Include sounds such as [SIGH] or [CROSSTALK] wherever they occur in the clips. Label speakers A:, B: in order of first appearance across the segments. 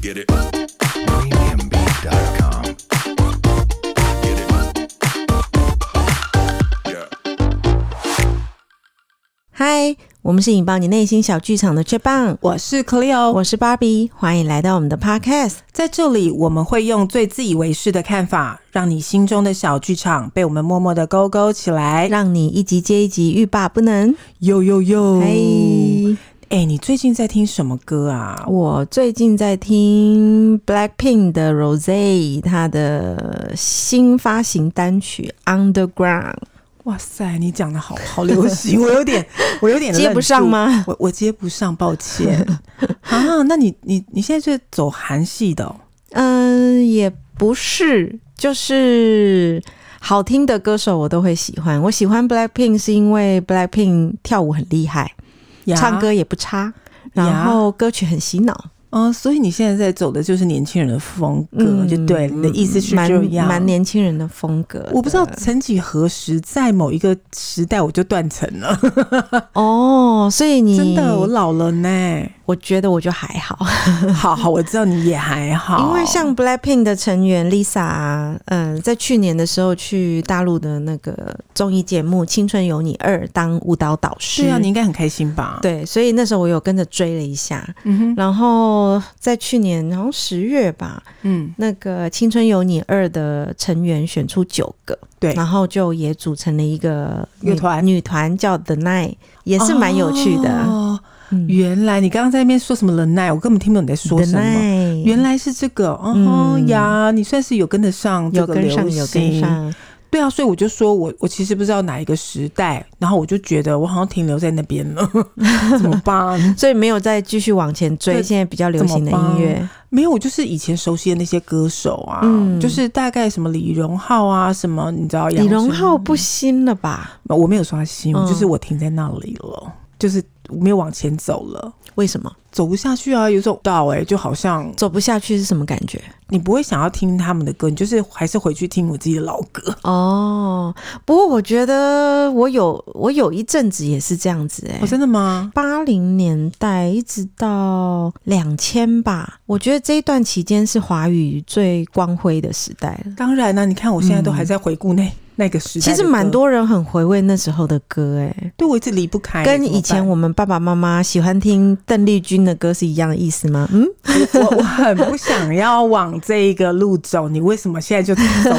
A: Get it. Premiumbeat.com. Get it. Yeah.
B: 嗨，我们是引爆你内心小剧场的雀棒，
C: 我是 Cleo，
B: 我是芭比，欢迎来到我们的 Podcast。
C: 在这里我们会用最自以为是的看法，让你心中的小剧场被我们默默的勾勾起来。
B: 哎让你一集接一集欲罢不能。
C: 呦呦呦！
B: 嗨、
C: 哎，你最近在听什么歌啊？
B: 我最近在听 Blackpink 的 Rose，她的新发行单曲《Underground
C: 哇塞，你讲的好好流行，我
B: [LAUGHS]
C: 有点，我有点》，
B: 接不上？吗？
C: 我我接不上，抱歉 [LAUGHS] 啊。那你你你现在是走韩系的、哦？
B: 嗯，也不是，就是。好听的歌手我都会喜欢，我喜欢 Blackpink 是因为 Blackpink 跳舞很厉害，
C: 呀
B: [LAUGHS] 唱歌也不差，然
C: 呀
B: 后歌曲很洗脑。
C: 哦，所以你现在在走的就是年轻人的风格，就对了。你的意思
B: 嗯
C: 是
B: 蛮
C: 这样？
B: 蛮年轻人的风格的。
C: 我不知道曾几何时，在某一个时代我就断层了。
B: 哦，所以你
C: 真的，我老了呢。
B: [LAUGHS] 我觉得我就还好，
C: 好好，我知道你也还好，
B: 因为像 Blackpink 的成员 Lisa，啊嗯、在去年的时候去大陆的那个综艺节目《青春有你二》当舞蹈导师。
C: 对啊，你应该很开心吧？，
B: 对，所以那时候我有跟着追了一下，
C: 嗯哼，
B: 然后在去年好像十月吧，
C: 嗯，
B: 那个《青春有你二》的成员选出九个，
C: 对
B: 然后就也组成了一个
C: 乐团
B: 女女团叫 The Night，也是蛮有趣的。嗯
C: 哦，原来你刚刚在那边说什么 The Night，我根本听不懂你在说
B: The
C: 什么。
B: Night，
C: 原来是这个，哦、
B: 嗯
C: 呀，你算是有跟得上这
B: 有
C: 个
B: 跟
C: 流行，
B: 上，有跟上。
C: 对啊，所以我就说我我其实不知道哪一个时代，然后我就觉得我好像停留在那边了，
B: [LAUGHS]
C: 怎么办？
B: 所以没有再继续往前追
C: 对
B: 现在比较流行的
C: 怎么
B: 音乐。
C: 没有，我就是以前熟悉的那些歌手啊，
B: 嗯
C: 就是大概什么李荣浩啊，什么你知道？
B: 李荣
C: 杨丞
B: 浩不新了吧？
C: 我没有刷新，
B: 嗯
C: 就是我停在那里了，就是我没有往前走了，
B: 为什么
C: 走不下去啊，有种到哎、就好像
B: 走不下去是什么感觉？
C: 你不会想要听他们的歌，你就是还是回去听我自己的老歌。
B: 哦，不过我觉得我有我有一阵子也是这样子哎、
C: 哦，真的吗？
B: 八零年代一直到两千吧，我觉得这一段期间是华语最光辉的时代了。
C: 当然啦、啊你看我现在都还在回顾那、那个时代，
B: 嗯其实蛮。多人很回味那时候的歌、哎，
C: 对，我一直离不开，
B: 跟以前
C: 我
B: 我们爸爸妈妈喜欢听邓丽君的歌是一样的意思吗？嗯，
C: 我我很不想要往这一个路走，你为什么现在就走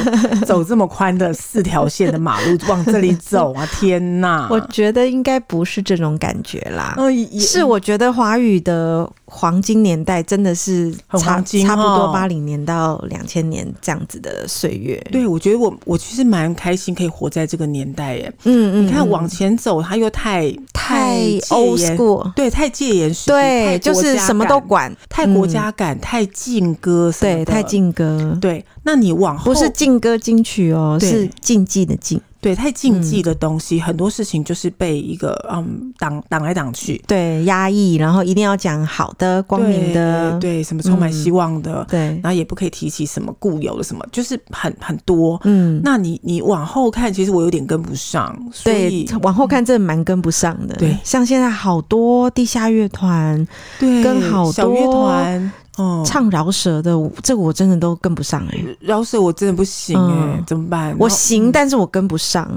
C: 走这么宽的四条线的马路往这里走啊？天哪！
B: [LAUGHS] 我觉得应该不是这种感觉啦。
C: 嗯、也
B: 是，我觉得华语的黄金年代真的是
C: 很
B: 差
C: 黄金哦
B: 差不多八零年到两千年这样子的岁月。
C: 对我觉得我我其实蛮开心可以活在这个年代耶。
B: 嗯，嗯嗯，
C: 你看往前走，它又太
B: 太
C: 戒
B: old
C: 严
B: school，
C: 对，太戒严时期，
B: 对，
C: 太国
B: 就是
C: 家
B: 什么都
C: 感，
B: 管，
C: 太国家感，太禁歌什么
B: 对，
C: 的，
B: 太禁歌，
C: 对。那你往后
B: 不是禁歌金曲哦，
C: 对
B: 是禁忌的禁。
C: 对太禁
B: 嗯
C: 忌的东西，很多事情就是被一个嗯挡挡来挡去，
B: 对，压抑，然后一定要讲好的、光明的，
C: 对对什么充满
B: 嗯
C: 希望的，
B: 对，
C: 然后也不可以提起什么固有的什么，就是很很多。
B: 嗯，
C: 那你你往后看，其实我有点跟不上，所
B: 对
C: 以，
B: 往后看真的蛮跟不上的。
C: 对
B: 像现在好多地下乐团、
C: 对
B: 跟好多
C: 小乐团，哦、
B: 唱饶舌的，我这个我真的都跟不上哎、
C: 饶舌我真的不行哎、
B: 嗯
C: 怎么办？
B: 我
C: 然后
B: 行，，但是我跟不上，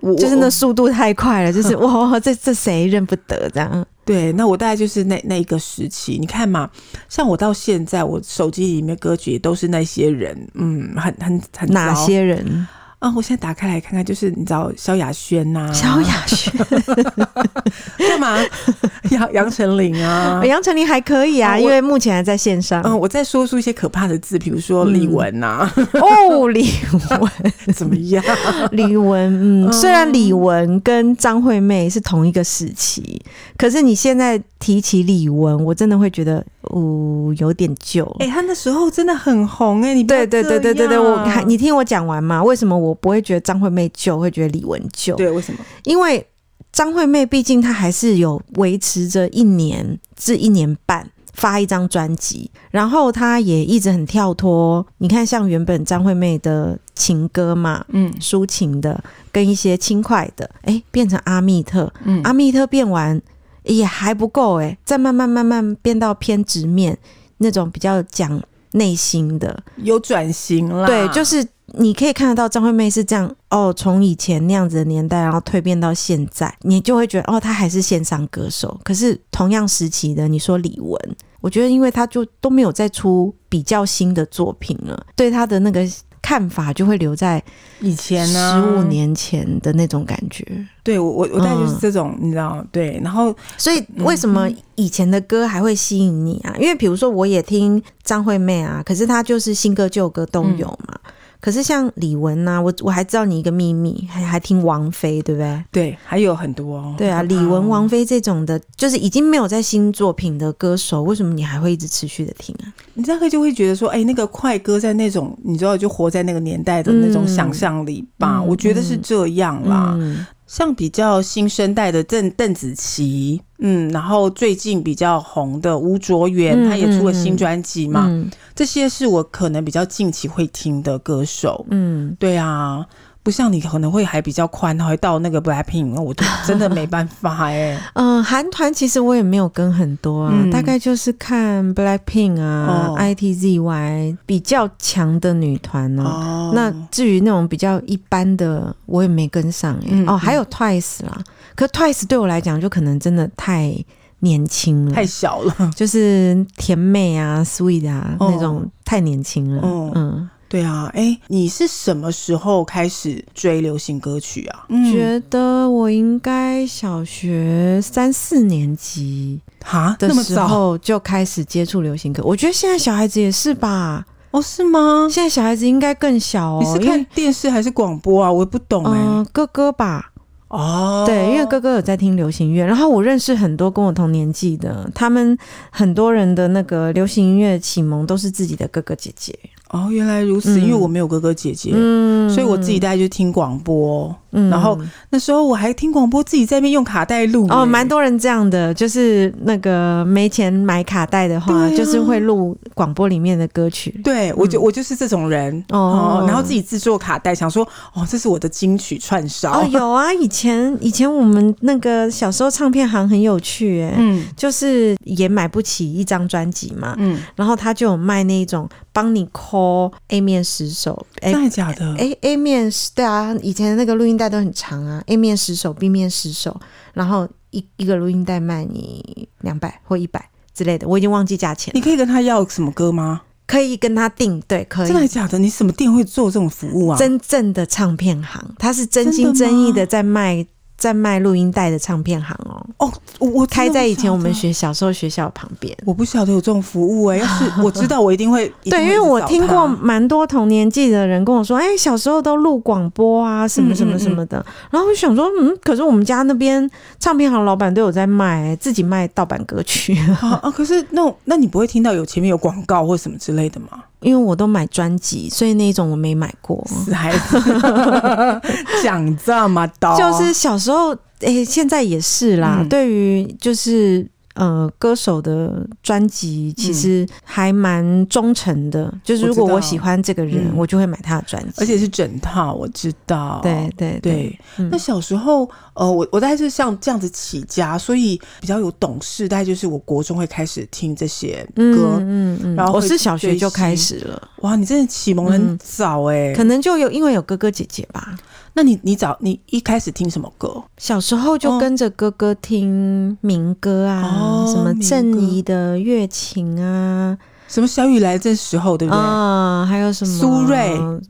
C: 我
B: 就是那
C: 我
B: 速度太快了，就是 [LAUGHS] 哇，这这谁认不得这样？
C: 对，那我大概就是那那一个时期，你看嘛，像我到现在，我手机里面歌曲也都是那些人，嗯，很很很
B: 哪
C: 糟
B: 些人？
C: 啊？我现在打开来看看，就是你知道萧亚轩呐、
B: 萧亚 [LAUGHS] 轩、，
C: 干嘛？杨杨丞琳啊
B: 杨丞琳还可以啊，
C: 啊我
B: 因为目前还在线上。
C: 嗯，我再说出一些可怕的字，比如说李玟
B: [LAUGHS]
C: 呐、
B: 哦，李玟，
C: 怎么样？
B: 李玟，嗯，
C: 嗯
B: 虽然李玟跟张惠妹是同一个时期，可是你现在提起李玟，我真的会觉得，哦，有点旧。
C: [LAUGHS] 哎、他那时候真的很红哎、你不要
B: 对对对对对对，
C: 这
B: 我
C: 样
B: 还哎你听我讲完嘛？为什么我不会觉得张惠妹旧，会觉得李玟旧？
C: 对为什么？
B: 因为张惠妹毕竟她还是有维持着一年至一年半发一张专辑，然后他也一直很跳脱。你看，像原本张惠妹的情歌嘛，
D: 嗯
B: 抒情的跟一些轻快的，哎，变成阿密特，
D: 嗯
B: 阿密特变完也还不够哎、再慢慢慢慢变到偏直面那种比较讲内心的，
C: 有转型啦，
B: 对，就是你可以看得到张惠妹是这样哦，从以前那样子的年代，然后蜕变到现在，你就会觉得哦，她还是线上歌手。可是同样时期的，你说李玟，我觉得因为她就都没有再出比较新的作品了，对她的那个看法就会留在
C: 以前呢、
B: 十五，年前的那种感觉。
C: 对我我我大概就是
B: 嗯
C: 这种，你知道，对，然后
B: 所以为什
C: 嗯
B: 么以前的歌还会吸引你啊？因为比如说我也听张惠妹啊，可是她就是新歌旧歌都有嘛。
C: 嗯
B: 可是像李玟啊，我我还知道你一个秘密，还还听王菲，对不对？
C: 对，还有很多哦，
B: 对啊，
C: 很可
B: 李
C: 怕哦
B: 玟、王菲这种的，就是已经没有在新作品的歌手，为什么你还会一直持续的听啊？
C: 你大概就会觉得说，哎、那个快歌在那种，你知道，就活在那个年代的那种想象力吧。
B: 嗯
C: 我觉得是这样啦。
B: 嗯，
C: 像比较新生代的邓邓紫棋，嗯，然后最近比较红的吴卓源，
B: 嗯
C: 他也出了
B: 嗯
C: 新专辑嘛。
B: 嗯
C: 这些是我可能比较近期会听的歌手。
B: 嗯，
C: 对啊，不像你可能会还比较宽，还会到那个 Blackpink，那我哦就真的没办法哎、
B: [LAUGHS] 嗯，韩团其实我也没有跟很多啊，
C: 嗯
B: 大概就是看 Blackpink 啊、
C: 哦
B: ITZY 比较强的女团啊呢、
C: 哦
B: 嗯那至于那种比较一般的，我也没跟上哎、
C: 嗯
B: 哦，
C: 嗯
B: 还有 Twice 啦，可 Twice 对我来讲就可能真的太年轻了，
C: 太小了。
B: 就是甜妹啊、sweet 啊、
C: 哦
B: 那种太年轻了。
C: 哦
B: 嗯，
C: 对啊，哎、你是什么时候开始追流行歌曲啊？嗯
B: 觉得我应该小学三四年级
C: 哈，
B: 的
C: 那么
B: 时
C: 早
B: 候就开始接触流行歌，我觉得现在小孩子也是吧，
C: 哦？是吗？
B: 现在小孩子应该更小哦，
C: 你是
B: 因为
C: 看电视还是广播啊？我也不懂哎、
B: 嗯、哥哥吧，
C: 哦，
B: 对，因为哥哥有在听流行乐，然后我认识很多跟我同年纪的，他们很多人的那个流行音乐启蒙都是自己的哥哥姐姐，
C: 哦，原来如此，
B: 嗯
C: 因为我没有哥哥姐姐，
B: 嗯
C: 所以我自己，大概就听广播。
B: 嗯
C: 然后那时候我还听广播，自己在那边用卡带录、
B: 哦，
C: 哎
B: 蛮多人这样的，就是那个没钱买卡带的话，
C: 对啊
B: 就是会录广播里面的歌曲。
C: 对，我就、
B: 嗯
C: 我就是这种人
B: 哦
C: 哦然后自己制作卡带，想说哦，这是我的金曲串烧。
B: 哦，有啊，以前以前我们那个小时候唱片行很有趣哎、
C: 嗯
B: 就是也买不起一张专辑嘛，
C: 嗯，
B: 然后他就有卖那种帮你抠 A 面十首，哎、
C: 真的假的？
B: A A 面是对啊，以前那个录音带都很长啊，A 面十首，B 面十首，然后一一个录音带卖你两百或一百之类的，我已经忘记价钱了
C: 你可以跟他要什么歌吗？
B: 可以跟他订，对，可
C: 真的
B: 以。
C: 假的？你什么店会做这种服务啊？
B: 真正的唱片行，他是真心
C: 真的吗
B: 真意的在卖在卖录音带的唱片行哦，
C: 哦，我我真的
B: 开在以前我们
C: 不晓得。
B: 学小时候学校旁边。
C: 我不晓得有这种服务哎、
B: [LAUGHS]
C: 要是我知道，我一定会。一定
B: 对，因
C: 会
B: 为我
C: 去找
B: 听
C: 他
B: 过蛮多同年纪的人跟我说，哎、小时候都录广播啊，什
C: 嗯
B: 么什么什么的。然后我想说，嗯，可是我们家那边唱片行老板都有在卖、自己卖盗版歌曲，
C: [LAUGHS]
B: [LAUGHS]
C: 啊啊！可是那种那你不会听到有前面有广告或什么之类的吗？
B: 因为我都买专辑，所以那一种我没买过。
C: 死孩子， [LAUGHS] 讲这么多，
B: 就是小时候，哎、现在也是啦。
C: 哦嗯
B: 对于就是呃歌手的专辑，其实还蛮忠诚的。就是如果
C: 嗯我知道
B: 我喜欢这个人，
C: 嗯
B: 我就会买他的专辑，
C: 而且是整套，我知道。
B: 对对
C: 对，
B: 嗯
C: 那小时候，呃，我我大概是像这样子起家，所以比较有懂事，大概就是我国中会开始听这些歌。
B: 嗯嗯嗯，
C: 然后
B: 我
C: 会
B: 是小学
C: 追
B: 就
C: 星
B: 开始了，
C: 哇，你真的启蒙很早哎、
B: 可能就有因为有哥哥姐姐吧，
C: 那你你早你一开始听什么歌？
B: 小时候就
C: 哦
B: 跟着哥哥听民歌啊，
C: 哦
B: 什么
C: 民
B: 郑
C: 歌
B: 怡的月琴啊，
C: 什么小雨来这时候，对不对？
B: 啊、还有什么
C: 苏芮？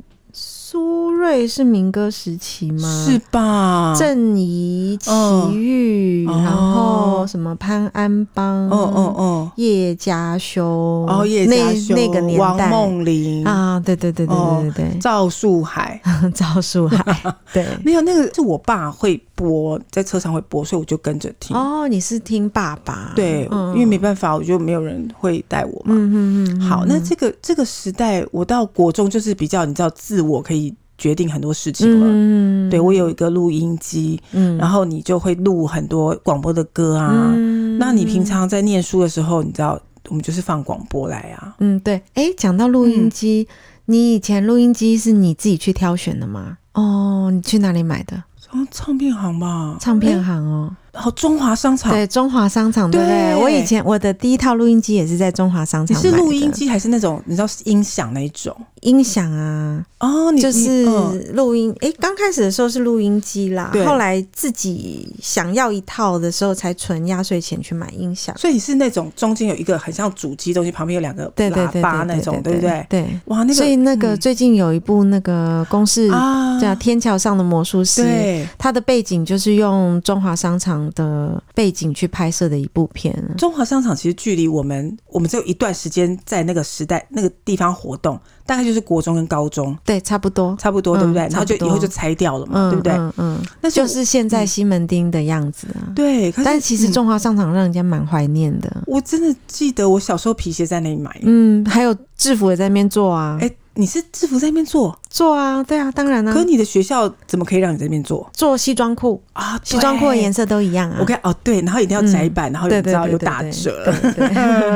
B: 苏芮是民歌时期吗？
C: 是。吧？
B: 郑怡、
C: 嗯
B: 齐豫，
C: 哦
B: 然后什么潘安邦，
C: 嗯嗯嗯，
B: 叶嘉修，
C: 哦，叶嘉
B: 嗯那
C: 修、
B: 那个年代
C: 王梦玲、
B: 啊，对对对对对对
C: 赵树海，
B: 对，赵树海，对，
C: 没有那个是我爸会播，在车上会播，所以我就跟着听。
B: 哦，你是听爸爸？
C: 对，
B: 嗯
C: 因为没办法，我就没有人会带我嘛。
B: 嗯嗯嗯，
C: 好，那这个这个时代，我到国中就是比较，你知道，自我可以决定很多事情了。
B: 嗯
C: 对我有一个录音机，
B: 嗯
C: 然后你就会录很多广播的歌啊。
B: 嗯
C: 那你平常在念书的时候，你知道我们就是放广播来啊。
B: 嗯，对。哎，讲到录音机，
C: 嗯
B: 你以前录音机是你自己去挑选的吗？哦，你去哪里买的？
C: 啊，唱片行吧，
B: 唱片行哦，
C: 然后中华商场，
B: 对，中华商场，对不对？
C: 对
B: 我以前我的第一套录音机也是在中华商
C: 你
B: 场
C: 是
B: 买的
C: 录音、机还是那种你知道是音响那一种？
B: 音响啊，
C: 哦，你
B: 就是
C: 你嗯
B: 录音。哎、刚开始的时候是录音机啦，
C: 对
B: 后来自己想要一套的时候，才存压岁钱去买音响。
C: 所以你是那种中间有一个很像主机东西，旁边有两个
B: 对对对
C: 喇叭那种，对
B: 对
C: 不对？
B: 对。
C: 哇，那个
B: 所以那个
C: 嗯
B: 最近有一部那个公式
C: 啊，
B: 叫《天桥上的魔术师》，
C: 对，
B: 它的背景就是用中华商场的背景去拍摄的一部片。
C: 中华商场其实距离我们，我们只有一段时间在那个时代那个地方活动，大概就是国中跟高中
B: 对，差不多，
C: 差不多，
B: 嗯
C: 对不对？然后就
B: 差不多
C: 以后就拆掉了嘛，
B: 嗯，
C: 对不对？
B: 嗯嗯，
C: 那时
B: 就
C: 候
B: 是现在西门町的样子啊。
C: 对，可是
B: 但其实
C: 嗯
B: 中华商场让人家蛮怀念的。
C: 我真的记得我小时候皮鞋在那里买。
B: 嗯，还有制服也在那边做啊，
C: 哎，你是制服在那边做，
B: 做啊，对啊，当然啊
C: 可，你的学校怎么可以让你在那边做
B: 做西装裤，
C: 啊？
B: 西装裤的颜
C: 色，
B: 色都一样啊。嗯
C: 我看哦，对，然后一定要窄版，然后你
B: 对
C: 知
B: 对
C: 道
B: 对，
C: 有
B: 对
C: 打
B: 对
C: 折，
B: 对
C: [LAUGHS]
B: 对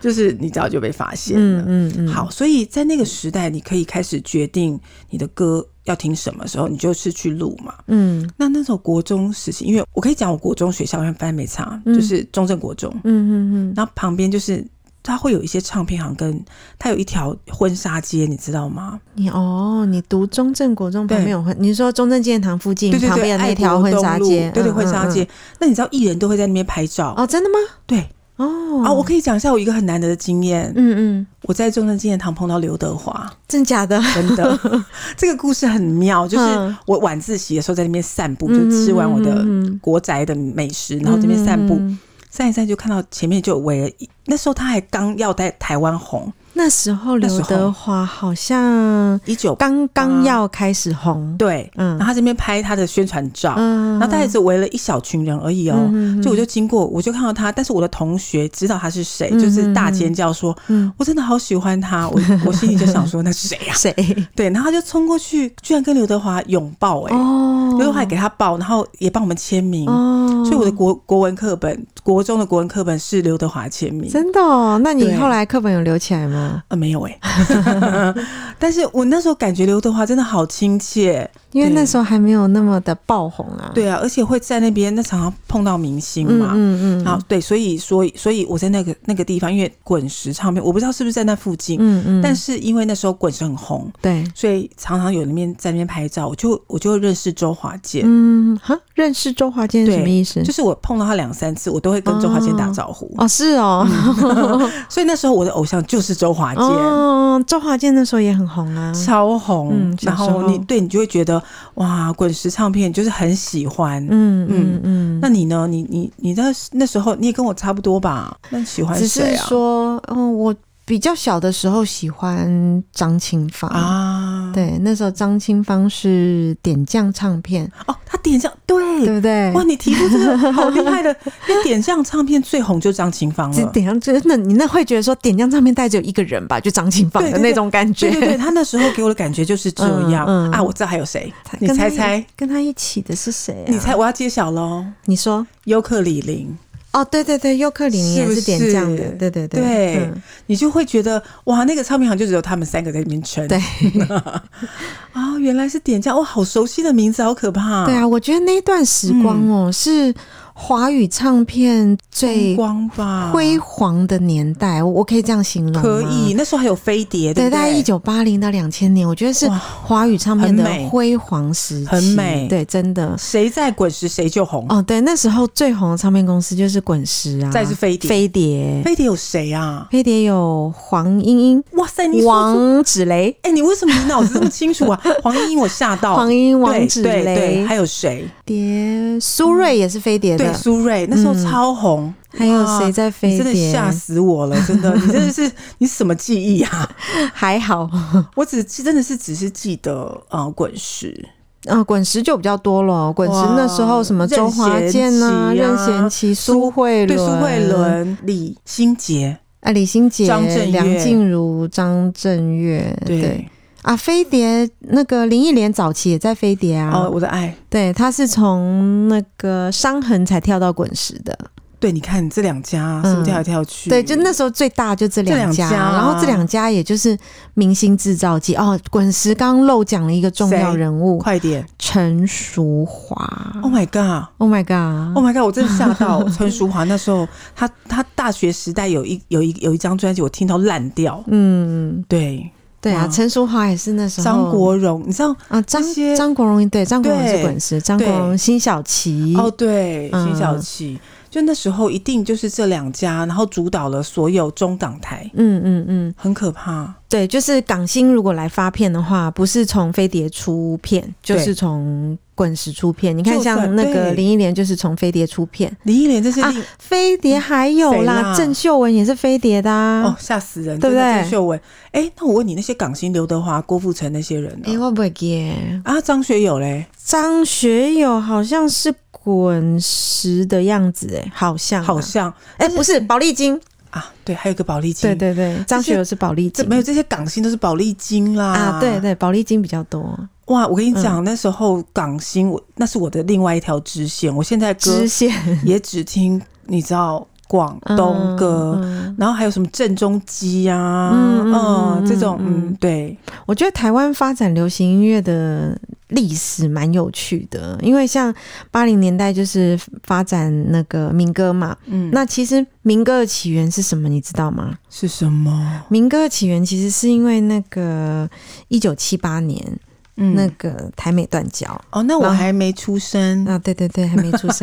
C: 就是你知道就被发现了
B: 嗯。嗯嗯，
C: 好，所以在那个时代，你可以开始决定你的歌要听什么时候，你就是去录嘛。
B: 嗯，
C: 那那时候国中时期，因为我可以讲我国中学校，因为反正没差，
B: 嗯
C: 就是中正国中，
B: 嗯嗯嗯
C: 然后旁边就是它会有一些唱片行跟，它有一条婚纱街，你知道吗？
B: 你哦，你读中正国中旁
C: 对
B: 边有婚，你说中正纪念堂附近
C: 对对
B: 嗯旁
C: 对，
B: 边的
C: 爱
B: 那条
C: 国
B: 婚
C: 东
B: 纱
C: 路
B: 街，
C: 对对
B: 嗯
C: 婚纱。
B: 嗯
C: 街
B: 嗯。
C: 那你知道艺人都会在那边拍照，
B: 哦，真的吗？
C: 对
B: 哦，
C: 啊，我可以讲一下我一个很难得的经验，
B: 嗯嗯，
C: 我在中正纪念堂碰到刘德华。
B: 真假的，
C: 真的， [LAUGHS] 这个故事很妙，就是
B: 嗯
C: 我晚自习的时候在那边散步，就吃完我的
B: 嗯嗯嗯嗯
C: 国宅的美食，然后这边散步
B: 嗯，嗯嗯
C: 散一散就看到前面就有围了一，那时候他还刚要在台湾红，
B: 那时候
C: 那时
B: 刘
C: 候
B: 德华好像
C: 一九
B: 刚刚要开始红，
C: 对，啊
B: 嗯
C: 然后他这边拍他的宣传照，
B: 嗯
C: 然后大概只围了一小群人而已哦，
B: 嗯嗯嗯
C: 就我就经过，我就看到他，但是我的同学知道他是谁，
B: 嗯
C: 就是大尖叫说。
B: 嗯，
C: 我真的好喜欢他，我 [LAUGHS] 我心里就想说那是谁呀、啊
B: 谁？
C: 对，然后他就冲过去，居然跟刘德华拥抱、哎、
B: 哦，
C: 刘德华也给他报，然后也帮我们签名。
B: 哦，
C: 所以我的国国文课本，国中的国文课本是刘德华签名。
B: 真的哦，那你
C: 对
B: 后来课本有留起来吗？
C: 呃，没有哎、 [LAUGHS] 但是我那时候感觉刘德华真的好亲切，
B: 因为
C: 对
B: 那时候还没有那么的爆红啊。
C: 对啊，而且会在那边，那常常碰到明星
B: 嗯，
C: 嘛，
B: 嗯嗯嗯，
C: 然后对，所以所以所以我在那个那个地方，因为滚石唱片，我不知道是不是在那附近，
B: 嗯嗯，
C: 但是因为那时候滚石很红，
B: 对，
C: 所以常常有人面在那边拍照，我就我就认识周华健，
B: 嗯，哈，认识周华健是
C: 对
B: 什么意思？
C: 就是我碰到他两三次，我都会跟周华健打招呼，
B: 哦，是哦，
C: 所以那时候我的偶像就是周华健。
B: 哦，周华健那时候也很红啊。
C: 超红，
B: 嗯
C: 然
B: 小时候
C: 后你对你就会觉得哇，滚石唱片就是很喜欢。
B: 嗯嗯
C: 嗯
B: 嗯，
C: 那你呢？你你你那那时候你也跟我差不多吧？那你喜欢
B: 只
C: 谁
B: 是
C: 啊？
B: 说，哦，我比较小的时候喜欢张清芳。
C: 啊，
B: 对，那时候张清芳是点将唱片，
C: 哦，他点像对
B: 对不对？
C: 哇，你提出这个好厉
B: [LAUGHS]
C: 害的，因为点像唱片最红就张清芳
B: 只
C: 了。
B: 点将，真的，你那会觉得说点将唱片带只有一个人吧，就张清芳
C: 对
B: 的
C: 对对
B: 那种感觉。
C: 对对
B: [LAUGHS]
C: 对，他那时候给我的感觉就是这样、
B: 嗯嗯
C: 啊！我知道还有谁，
B: 他
C: 你
B: 跟他
C: 猜
B: 一
C: 猜，
B: 跟他一起的是谁、啊？
C: 你猜，我要揭晓喽！
B: 你说
C: 尤克里林，
B: 哦，对对对，尤克里里也
C: 是不
B: 是点将的，
C: 是
B: 对对对
C: 对
B: 嗯
C: 你就会觉得哇，那个唱片行就只有他们三个在里面撑。
B: 对
C: 啊、原来是点将，哇，好熟悉的名字，好可怕。
B: 对，啊，我觉得那一段时光
C: 嗯
B: 哦，是华语唱片最
C: 光吧，
B: 辉煌的年代，我我可以这样形容，
C: 可以。。那时候还有飞碟，
B: 嗯对，
C: 不
B: 大概一九八零到两千年，我觉得是
C: 哇
B: 华语唱片
C: 很
B: 的
C: 美
B: 辉煌时期，
C: 很美
B: 对，真的。
C: 谁在滚石谁就红。
B: 哦，对，那时候最红的唱片公司就是滚石啊，
C: 再是飞碟
B: 飞碟，
C: 飞碟有谁啊？
B: 飞碟有黄莺
C: 哇塞，你
B: 莺、
C: 说出
B: 王芷蕾，
C: 哎、你为什么你脑子这么清
B: [LAUGHS]
C: 楚啊？黄莺莺，我吓到。
B: 黄莺、王
C: 对
B: 芷
C: 对对，
B: 蕾
C: 还、有谁？
B: 蝶苏芮也是飞碟
C: 对，
B: 的，
C: 苏芮那时候
B: 嗯
C: 超红。
B: 还有
C: 哇
B: 谁在飞
C: 你真的
B: 碟？
C: 吓死我
B: [LAUGHS]
C: 了！真的，你真的是你什么记忆啊？ [LAUGHS]
B: 还好，
C: 我只记真的是只是记得呃滚石，
B: 嗯，滚石就比较多了。哦滚石
C: 哇
B: 那时候什么周华健啊、
C: 任
B: 任
C: 贤齐啊
B: 贤齐、苏慧
C: 对
B: 伦、
C: 苏慧、伦、李心洁，
B: 啊李心洁
C: 张震、岳
B: 梁静茹、张震岳，
C: 对，
B: 啊，飞碟那个林忆莲早期也在飞
C: 哦
B: 碟啊，
C: 哦，我的爱，
B: 对，她是从那个伤痕才跳到滚石的。
C: 对，你看这两家是不是
B: 嗯
C: 跳来跳去？
B: 对，就那时候最大就这两
C: 这两家
B: 然后这两家也就是明星制造机哦。滚石刚漏讲了一个重要
C: 谁
B: 人物
C: 快点
B: 陈淑华
C: ！Oh my god！
B: ，Oh my god，
C: Oh my god！我真的吓
B: [LAUGHS]
C: 到陈淑华那时候，她她大学时代有一有一有一张专辑，我听到烂掉。
B: 嗯，
C: 对，
B: 对啊，
C: 哇
B: 陈淑华也是那时候
C: 张国荣，你知道？
B: 啊，张
C: 这些
B: 张国荣对，张国荣
C: 对
B: 是滚石，张国
C: 对
B: 荣、辛晓琪，
C: 哦，对，
B: 嗯
C: 辛晓琪，就那时候一定就是这两家，然后主导了所有中港台，
B: 嗯嗯嗯，
C: 很可怕。
B: 对，就是港星如果来发片的话，不是从飞碟出片，就
C: 对
B: 是从滚石出片。你看，
C: 就算
B: 像那个
C: 对
B: 林忆莲就是从飞碟出片，
C: 林忆莲这些
B: 啊
C: 令
B: 飞碟还有
C: 谁
B: 啦，
C: 啦
B: 郑秀文也是飞碟的
C: 哦
B: 啊。
C: 吓死人，
B: 对不
C: 真的
B: 对
C: 郑秀文，哎，那我问你，那些港星刘德华、郭富城那些人
B: 哎、
C: 呢？
B: 我不会耶。
C: 啊，张学友嘞，
B: 张学友好像是滚石的样子、哎，好像、
C: 好，像
B: 哎、不是宝丽金，
C: 啊，对，还有一个宝丽金，
B: 对对对，张学友是宝丽
C: 这
B: 金，
C: 没有这些港星都是宝丽金啦
B: 啊，对嗯对，宝丽金比较多，
C: 哇！我跟你讲，那时候港星，我那是我的另外一条支线。我现在歌
B: 支线
C: [LAUGHS] 也只听，你知道广东歌，
B: 嗯
C: 然后还有什么郑中基啊，
B: 嗯嗯
C: 嗯，
B: 嗯
C: 这种，
B: 嗯
C: 嗯，对，
B: 我觉得台湾发展流行音乐的历史蛮有趣的，因为像八零年代就是发展那个民歌嘛。
C: 嗯，
B: 那其实民歌的起源是什么，你知道吗？
C: 是什么？
B: 民歌的起源其实是因为那个一九七八年
C: 嗯
B: 那个台美断交、
C: 哦，那我
B: 然后
C: 还没出生，
B: 啊，对对对，还没出
C: [LAUGHS]
B: 生。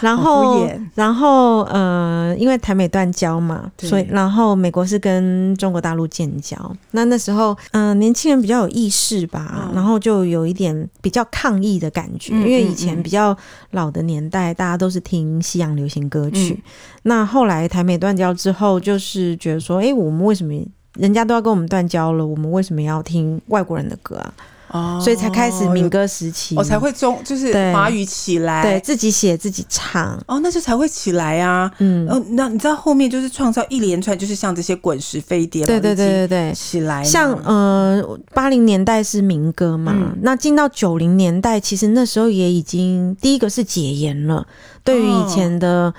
B: 然
C: 嗯好敷
B: 后
C: 衍，
B: 然后呃，因为台美断交嘛，
C: 对
B: 所以然后美国是跟中国大陆建交。那那时候，嗯、年轻人比较有意识吧，
C: 嗯
B: 然后就有一点比较抗议的感觉，
C: 嗯
B: 因为
C: 嗯
B: 以前
C: 嗯
B: 比较老的年代，大家都是听西洋流行歌曲。
C: 嗯
B: 那后来台美断交之后，就是觉得说，诶，我们为什么？人家都要跟我们断交了，我们为什么要听外国人的歌啊？
C: 哦
B: 所以才开始民，歌时期，
C: 我才会中，就是
B: 对
C: 华语起来，
B: 对，自己写自己唱，
C: 哦，那就才会起来啊。
B: 嗯，
C: 哦，那你知道后面就是创造一连串，就是像这些滚石、飞碟，
B: 对对
C: 宝丽金
B: 对对对，
C: 起来嘛，哦
B: 像呃，八零年代是民歌嘛，
C: 嗯
B: 那进到九零年代，其实那时候也已经第一个是解严了，对于以前的。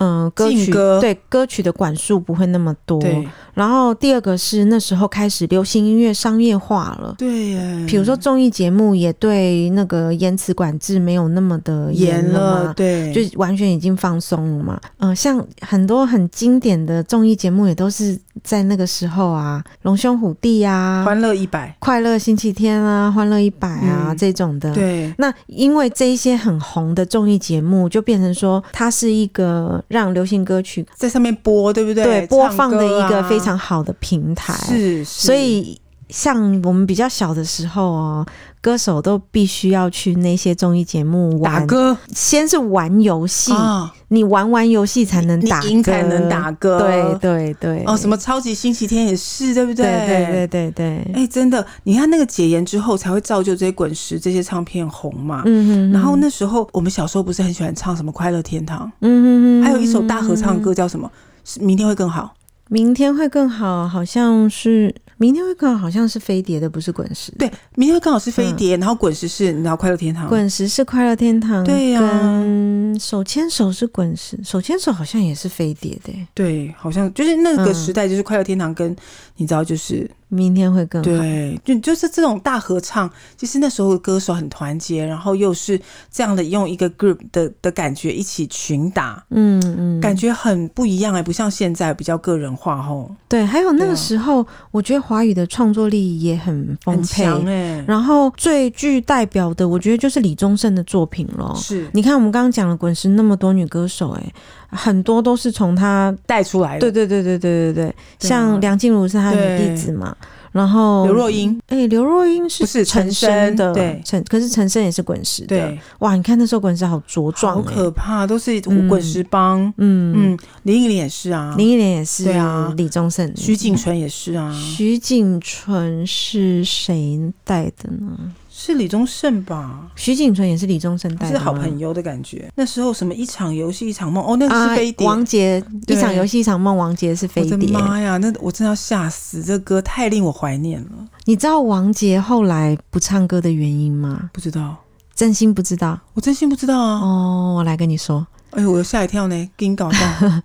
B: 嗯，歌曲
C: 禁歌
B: 对歌曲的管束不会那么多。
C: 对
B: 然后第二个是那时候开始流行音乐商业化了，
C: 对耶，
B: 比如说综艺节目也对那个言辞管制没有那么的
C: 严
B: 了
C: 了，
B: 嘛，
C: 对，
B: 就完全已经放松了嘛。嗯、像很多很经典的综艺节目也都是在那个时候啊，龙兄虎弟啊，
C: 欢乐一百，
B: 快乐星期天啊，欢乐一百啊、
C: 嗯
B: 这种的。
C: 对，
B: 那因为这一些很红的综艺节目，就变成说它是一个让流行歌曲
C: 在上面播，对不对？
B: 对播放的一
C: 唱歌
B: 个
C: 啊
B: 非常好的平台。，
C: 是，是
B: 所以像我们比较小的时候哦，歌手都必须要去那些综艺节目
C: 打
B: 玩，
C: 歌
B: 先是玩游戏，
C: 啊，
B: 你玩完游戏才能
C: 你
B: 打
C: 赢
B: 歌
C: 才能打歌，
B: 对对对。
C: 哦，什么超级星期天也是，对不
B: 对？
C: 对？
B: 对对对对对。
C: 哎、真的，你看那个解严之后，才会造就这些滚石这些唱片红嘛。
B: 嗯哼，
C: 然后那时候我们小时候不是很喜欢唱什么《快乐天堂
B: 嗯》，哼哼，嗯
C: 还有一首大合唱歌叫什么？是明天会更好。
B: 明天会更好，好像是明天会更好，好像是飞碟的，不是滚石。
C: 对，明天会更好是飞碟，然后滚石是你知道快乐天堂。
B: 嗯滚石是快乐天堂，
C: 对啊呀
B: 跟手牵手是滚石，手牵手好像也是飞碟的耶。
C: 对，好像就是那个
B: 嗯
C: 时代，就是快乐天堂跟你知道就是
B: 明天会更好，
C: 对，就就是这种大合唱，其实那时候歌手很团结，然后又是这样的用一个 group 的的感觉一起群打，
B: 嗯嗯，
C: 感觉很不一样哎、不像现在比较个人化吼，
B: 对。还有那
C: 对
B: 个
C: 啊
B: 时候，我觉得华语的创作力也很丰
C: 很
B: 沛。
C: 强哎、
B: 然后最具代表的，我觉得就是李宗盛的作品咯。
C: 是
B: 你看，我们刚刚讲了滚石那么多女歌手、诶，很多都是从她
C: 带出来的。
B: 对对对对对对对，
C: 对啊
B: 像梁静茹是她的女
C: 对
B: 弟子嘛，然后
C: 刘若英，
B: 哎、刘若英
C: 不是
B: 是陈
C: 陈升
B: 升的，
C: 对
B: 陈可是陈升也是滚石的，
C: 对，
B: 哇，你看那时候滚石好茁壮、
C: 好
B: 欸，
C: 可怕，都是
B: 嗯
C: 滚石帮，
B: 嗯，
C: 嗯，林忆莲也是啊，
B: 林忆莲也是，
C: 对啊
B: 李宗盛，
C: 徐锦纯也是啊，
B: 徐锦纯是谁带的呢？
C: 是李宗盛吧？
B: 徐锦纯也是李宗盛带
C: 是
B: 的，
C: 好朋。友的感觉。那时候什么一场游戏一场梦，哦，那个
B: 啊
C: 是飞，碟。
B: 王杰一
C: 对
B: 场游戏一场梦，王杰是飞
C: 我的
B: 碟。
C: 妈呀，那我真的要吓死！这歌太令我怀念了。
B: 你知道王杰后来不唱歌的原因吗？
C: 不知道，
B: 真心不知道
C: 我真心不知道啊。
B: 哦。我来跟你说，
C: 哎呦，我吓一跳呢，给你搞
B: [LAUGHS]
C: 到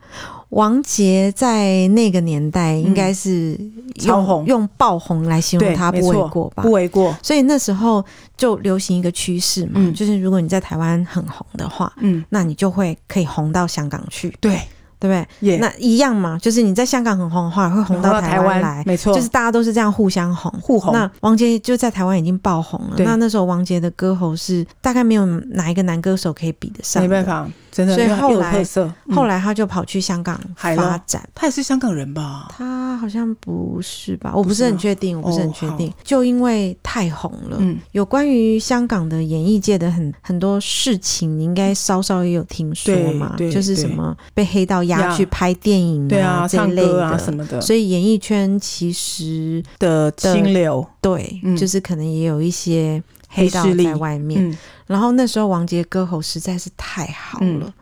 B: 王杰在那个年代应该是
C: 嗯超
B: 用、
C: 红
B: 用爆红来形容
C: 对，
B: 他
C: 没
B: 不为
C: 错
B: 过吧
C: 不？为过，
B: 所以那时候就流行一个趋势嘛，
C: 嗯
B: 就是如果你在台湾很红的话，
C: 嗯，
B: 那你就会可以红到香港去，
C: 对，
B: 对不对？
C: 也
B: 那一样嘛，就是你在香港很红的话，会红到台湾来。
C: 没错，
B: 就是大家都是这样互相红，
C: 互红
B: 那王杰就在台湾已经爆红了。
C: 对
B: 那那时候王杰的歌喉是大概没有哪一个男歌手可以比得上，
C: 没办。法，真的，
B: 所以
C: 因为它
B: 后
C: 有
B: 来
C: 特色，嗯
B: 后来他就跑去香港
C: 海
B: 发
C: 浪
B: 展。
C: 他也是香港人吧？
B: 他好像不是吧？我不
C: 不
B: 是
C: 是
B: 很
C: 吗
B: 确定，我不是很
C: 哦
B: 确
C: 好
B: 定。就因为太红了，
C: 嗯，
B: 有关于香港的演艺界的很很多事情，你应该稍稍也有听说
C: 对
B: 嘛，
C: 对
B: 就是什
C: 对
B: 么被黑道压
C: 呀
B: 去拍电影
C: 对啊，
B: 这一
C: 唱
B: 类
C: 歌啊
B: 的。
C: 什么的
B: 所以演艺圈其实
C: 的清流，
B: 对，
C: 嗯
B: 就是可能也有一些
C: 黑
B: 黑道
C: 势力
B: 在外面。
C: 嗯，
B: 然后那时候王杰歌喉实在是太好了，
C: 嗯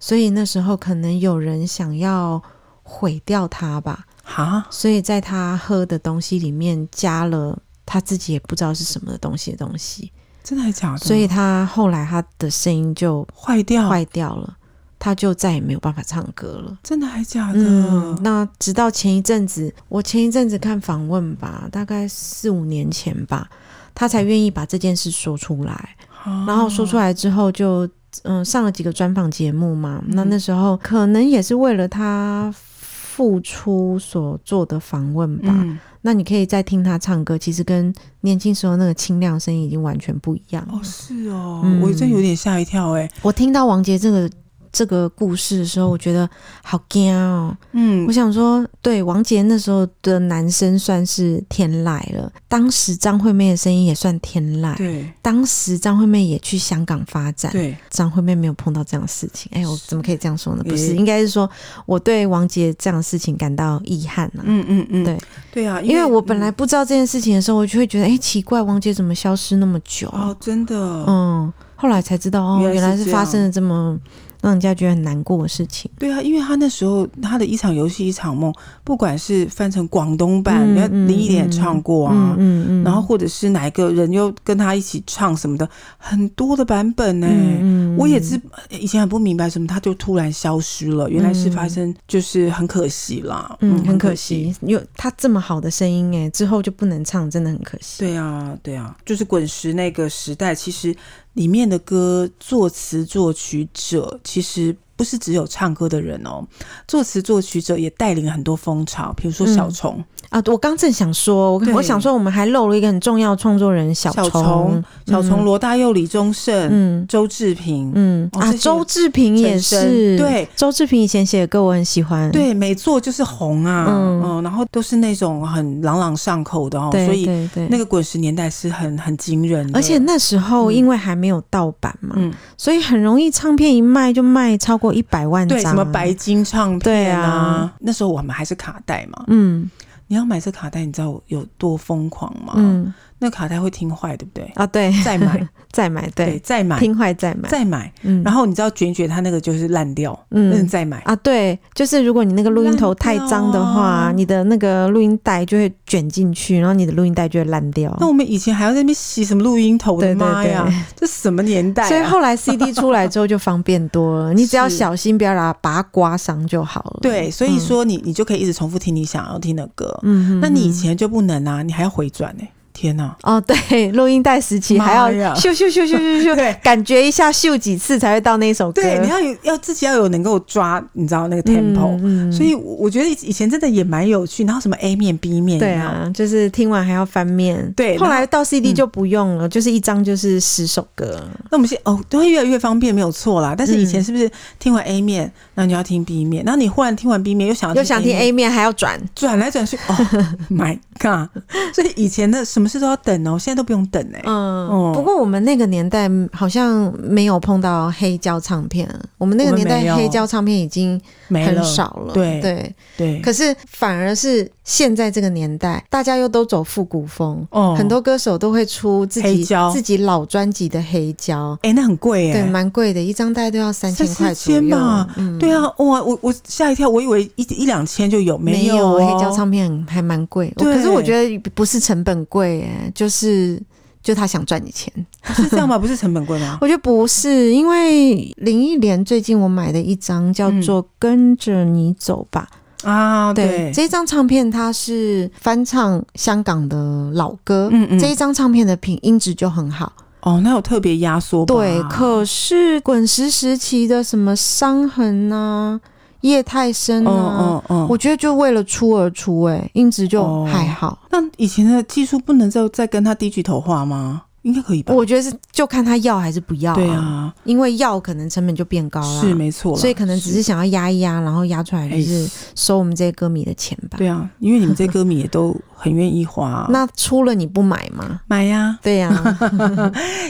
B: 所以那时候可能有人想要毁掉他吧。
C: 哈，
B: 所以在他喝的东西里面加了他自己也不知道是什么的东西的东西，
C: 真的还假的？
B: 所以他后来他的声音就
C: 坏掉，
B: 坏掉了，他就再也没有办法唱歌了。
C: 真的还假的？
B: 嗯，那直到前一阵子，我前一阵子看访问吧，大概四五年前吧，他才愿意把这件事说出来。
C: 啊
B: 然后说出来之后就。嗯，上了几个专访节目嘛，那
C: 嗯
B: 那时候可能也是为了他付出所做的访问吧，
C: 嗯，
B: 那你可以再听他唱歌，其实跟年轻时候那个清亮声音已经完全不一样了。
C: 哦，是哦
B: 嗯，
C: 我真有点吓一跳，哎，
B: 我听到王杰这个这个故事的时候，我觉得好惊哦！
C: 嗯
B: 我，想说，对王杰那时候的男生算是天籁了，当时张惠妹的声音也算天籁。
C: 对
B: 当时张惠妹也去香港发展，
C: 对，
B: 张惠妹没有碰到这样的事情。哎、我怎么可以这样说呢？不是，
C: 诶
B: 应该是说我对王杰这样的事情感到遗憾啊。
C: 嗯嗯嗯，
B: 对
C: 对啊，
B: 因为我本来
C: 嗯
B: 不知道这件事情的时候，我就会觉得，哎、奇怪，王杰怎么消失那么久？啊
C: 哦，真的，
B: 嗯，后来才知道，哦，
C: 原来是
B: 原来是
C: 这
B: 发
C: 样
B: 生了这么让人家觉得很难过的事情。
C: 对啊，因为他那时候他的一场游戏一场梦，不管是翻成广东版，
B: 嗯
C: 人家
B: 嗯
C: 林忆莲也唱过
B: 嗯，
C: 啊
B: 嗯嗯，
C: 然后或者是哪一个人又跟他一起唱什么的，很多的版本呢、
B: 嗯，嗯
C: 哎我也知以前很不明白什么，他就突然消失了，原来是发生，就是很可惜啦，
B: 嗯，很
C: 可
B: 可。惜，因为他这么好的声音，哎，之后就不能唱，真的很可惜。
C: 对啊，对啊，就是滚石那个时代，其实里面的歌作词作曲者其实不是只有唱歌的人哦，作词作曲者也带领了很多风潮，比如说小
B: 嗯
C: 虫，
B: 啊，我刚正想说，我
C: 对
B: 我想说，我们还漏了一个很重要的创作人小
C: 小
B: 虫
C: 虫，小虫、罗大佑、李宗盛、
B: 嗯，
C: 周志平。
B: 嗯嗯
C: 哦
B: 啊，
C: 这些
B: 周志平也
C: 陈升
B: 是，
C: 对，
B: 周志平以前写的歌我很喜欢，
C: 对，每做就是红啊，
B: 嗯
C: 嗯然后都是那种很朗朗上口的哦，
B: 对，
C: 所以
B: 对对
C: 那个滚石年代是很很惊人的，
B: 而且那时候
C: 嗯
B: 因为还没有盗版嘛，
C: 嗯，
B: 所以很容易唱片一卖就卖超过一百万张，啊
C: 对，什么白，金唱
B: 对
C: 片
B: 啊
C: 啊，那时候我们还是卡带嘛，
B: 嗯
C: 你要买这卡带，你知道有多疯狂吗？
B: 嗯
C: 那卡带会听坏，对不对？
B: 啊，对， [LAUGHS]
C: 再买，
B: 再买，
C: 对，
B: 对，
C: 再买，
B: 听坏再买，
C: 再买，
B: 嗯，
C: 然后你知道卷卷它那个就是烂掉，嗯，
B: 嗯
C: 再买，
B: 啊，对，就是如果你那个录音头太脏的话，
C: 烂掉啊
B: 你的那个录音带就会卷进去，然后你的录音带就会烂掉。
C: 那我们以前还要在那边洗什么录音头，我
B: 对
C: 的
B: 对
C: 妈呀！
B: 对
C: 这什么年代、啊？
B: 所以后来 CD 出来之后就方便多了，你只要
C: [LAUGHS] 是
B: 小心不要把它把它刮伤就好了。
C: 对，所以
B: 嗯，
C: 说你你就可以一直重复听你想要听的歌。
B: 嗯哼
C: 那你以
B: 哼
C: 前就不能啊，你还要回转呢、天啊哪、
B: [LAUGHS] 哦，对，录音带时期还
C: 妈
B: 要
C: 呀
B: 咻咻咻咻咻咻，
C: 对
B: 感觉一下咻几次才会到那一首歌。
C: 对，你要有要自己要有能够抓，你知道那个 tempo、
B: 嗯嗯
C: 所以我我觉得以前真的也蛮有趣。然后什么 A 面 B 面，
B: 对
C: 有没有，
B: 啊，就是听完还要翻面。
C: 对
B: 后来到 CD
C: 嗯
B: 就不用了，就是一张就是十首歌。
C: 那我们现哦都会越来越方便，没有错啦。但是以前
B: 嗯
C: 是不是听完 A 面，然后你要听 B 面，然后你忽然听完 B 面又想要
B: 又想听
C: A 面
B: A 面还要转，
C: 转来转去，
B: [LAUGHS]
C: 哦 my god！所以以前的什么事都要等哦，现在都不用等哎、
B: 嗯，
C: 哦
B: 不过我们那个年代好像没有碰到黑胶唱片，啊我们那个
C: 我们
B: 年代
C: 没有
B: 黑胶唱片已经
C: 没
B: 很
C: 了，
B: 少了，
C: 对
B: 对。
C: 对，
B: 可是反而是现在这个年代，大家又都走复古风，
C: 哦
B: 很多歌手都会出自
C: 黑
B: 己
C: 胶
B: 自己老专辑的黑胶，
C: 哎、那很贵哎、
B: 对，蛮贵的，一张大概都要三千块左右
C: 3000吧。
B: 嗯，
C: 对啊，哇，我我吓一跳，我以为一一两千就有，
B: 没
C: 有、哦
B: 有黑胶，唱片还蛮贵，我
C: 对
B: 可是我觉得不是成本贵，哎，就是。就他想赚你钱。
C: 是这样吗？不是成本贵
B: [LAUGHS]
C: 吗？
B: 我觉得不是，因为林忆莲最近我买的一张叫
C: 嗯
B: 做《跟着你走吧》，
C: 啊，
B: 对，
C: 对，
B: 这张唱片它是翻唱香港的老歌，
C: 嗯嗯
B: 这一张唱片的品音质就很好。
C: 哦，那有特别压缩吧
B: 对，可是滚石时期的什么伤痕啊、夜太深啊，
C: 嗯嗯嗯，
B: 我觉得就为了出而出、哎，音质就
C: 哦
B: 还好。
C: 那以前的技术不能再再跟他低句头话吗？应该可以吧？
B: 我觉得是就看他要还是不要、
C: 对，啊，
B: 因为要可能成本就变高了，
C: 是没错啦，
B: 啊所以可能只是啊想要压一压，然后压出来就
C: 哎
B: 是收我们这些歌迷的钱吧。
C: 对啊，因为你们这些歌迷也都很愿意花、啊
B: [LAUGHS] 那出了你不买吗？
C: 买呀、
B: 啊对啊呀、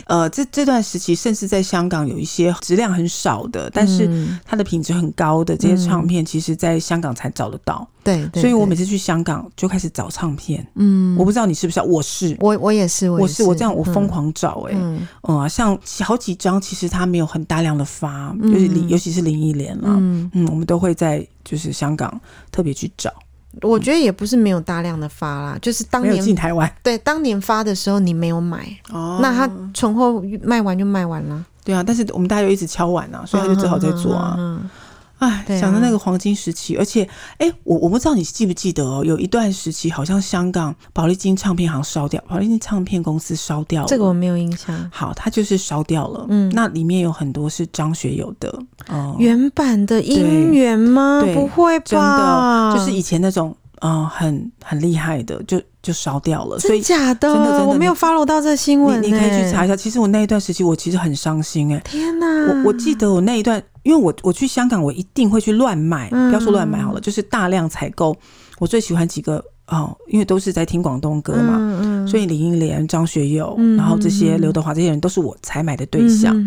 C: 呃，这这段时期，甚至在香港有一些质量很少的，但是
B: 嗯
C: 它的品质很高的这些唱片，其实在香港才找得到。
B: 对对，
C: 所以我
B: 对
C: 每次去香港就开始找唱片，
B: 嗯，
C: 我不知道你是不是，我是。
B: 我我也是，
C: 我
B: 也
C: 是
B: 是
C: 我这样，我疯
B: 嗯
C: 狂找哎、欸，嗯
B: 嗯
C: 啊，像好几张，其实它没有很大量的发，就是林，尤其是林忆莲啦，
B: 嗯，
C: 嗯，我们都会在就是香港特别去找，
B: 我觉得也不是没有大量的发啦，就是当
C: 没有进
B: 年
C: 台湾。
B: 对当年发的时候你没有买，
C: 哦
B: 那他存货卖完就卖完了，
C: 对啊，但是我们大家又一直敲碗啊，所以他就只好再做啊。
B: 嗯嗯。嗯嗯嗯
C: 哎、
B: 对啊
C: 想到那个黄金时期，而且，哎、我我不知道你记不记得哦，有一段时期好像香港宝丽金唱片行烧掉，宝丽金唱片公司烧掉了。
B: 这个我没有印象。
C: 好，它就是烧掉了。嗯
B: 嗯，
C: 那里面有很多是张学友的，哦、
B: 原版的音源吗
C: 对？
B: 不会
C: 真的
B: 吧？
C: 就是以前那种，嗯、很很厉害的，就就烧掉了。所以
B: 真假的，
C: 真的真的
B: 我没有
C: 你
B: follow 到这新闻、欸
C: 你你可以去查。一下。其实我那一段时期，我其实很伤心哎、
B: 天哪！
C: 我我记得我那一段，因为我我去香港，我一定会去乱买，
B: 嗯
C: 不要说乱买好了，就是大量采购。我最喜欢几个哦，因为都是在听广东歌嘛，
B: 嗯
C: 所
B: 以
C: 以林忆莲、张学友，
B: 嗯
C: 然后这些刘德华这些人都是我采买的对象。
B: 嗯哼哼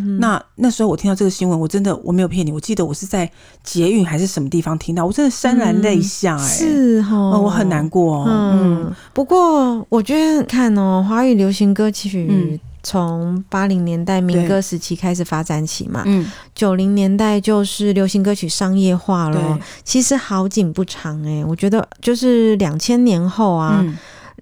B: 哼哼
C: 那那时候我听到这个新闻，我真的我没有骗你，我记得我是在捷运还是什么地方听到，我真的潸然泪下哎、
B: 是哈、
C: 哦，我很难过哦，嗯，
B: 嗯，不过我觉得看哦，华语流行歌曲
C: 嗯
B: 从八零年代民歌时期开始发展起嘛，
C: 嗯，
B: 九零年代就是流行歌曲商业化
C: 对，
B: 了。其实好景不长哎、我觉得就是两千年后啊，
C: 嗯，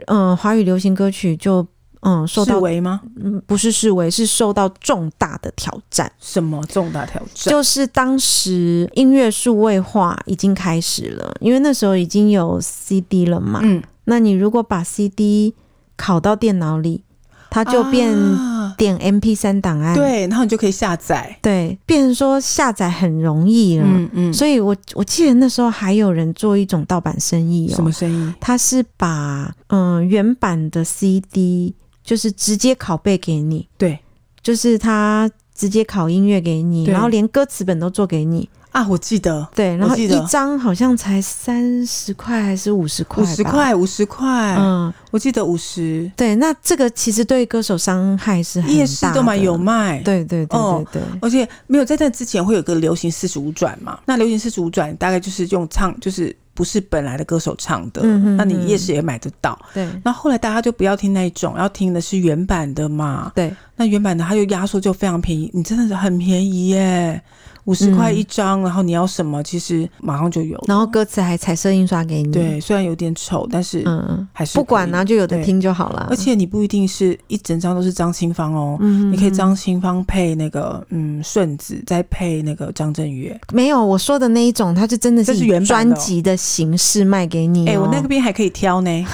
B: 嗯，华、语流行歌曲就嗯受
C: 视
B: 到
C: 为吗？
B: 嗯不是视为是受到重大的挑战。
C: 什么重大挑战？
B: 就是当时音乐数位化已经开始了，因为那时候已经有 CD 了嘛，
C: 嗯，
B: 那你如果把 CD 拷到电脑里，它就变
C: 啊
B: 点 MP 三档案，
C: 对，然后你就可以下载。
B: 对，变成说下载很容易了。
C: 嗯
B: 所以我我记得那时候还有人做一种盗版生意
C: 什
B: 哦
C: 么，声音？
B: 他是把嗯原版的 CD 就是直接拷贝给你，
C: 对
B: 就是他。直接拷音乐给你，
C: 对
B: 然后连歌词本都做给你，
C: 啊，我记得
B: 对，然后
C: 记得
B: 一张好像才三十块还是五十块
C: 五
B: 吧，
C: 十块，五十块，
B: 嗯，
C: 我记得五十，
B: 对，那这个其实对歌手伤害是很
C: 夜市
B: 大
C: 都嘛
B: 的
C: 有卖。。
B: 对对对
C: 哦
B: 对对，
C: 而且没有在那之前会有个流行四十五转
B: 嗯
C: 嘛？那流行四十五转大概就是用唱，就是不是本来的歌手唱的，
B: 嗯嗯
C: 那你
B: 嗯
C: 夜市也买得到。
B: 对
C: 那后来大家就不要听那一种，要听的是原版的嘛。
B: 对，
C: 那原版的它就压缩就非常便宜，你真的是很便宜耶，五十块一张，然后你要什么，其实马上就有了。
B: 嗯然后歌词还彩色印刷给你，
C: 对，虽然有点丑，但是
B: 嗯，嗯，
C: 还是
B: 不管
C: 可以
B: 啦、就有的
C: 对
B: 听就好啦。
C: 而且你不一定是一整张都是张清芳哦，
B: 嗯
C: 你可以张清芳配那个嗯顺子，再配那个张震岳。
B: 没有我说的那一种，它就真的
C: 这
B: 是
C: 是
B: 以
C: 原版的
B: 专
C: 哦
B: 辑的形式卖给你、哦。
C: 哎、我那个边还可以挑
B: [LAUGHS]
C: 呢，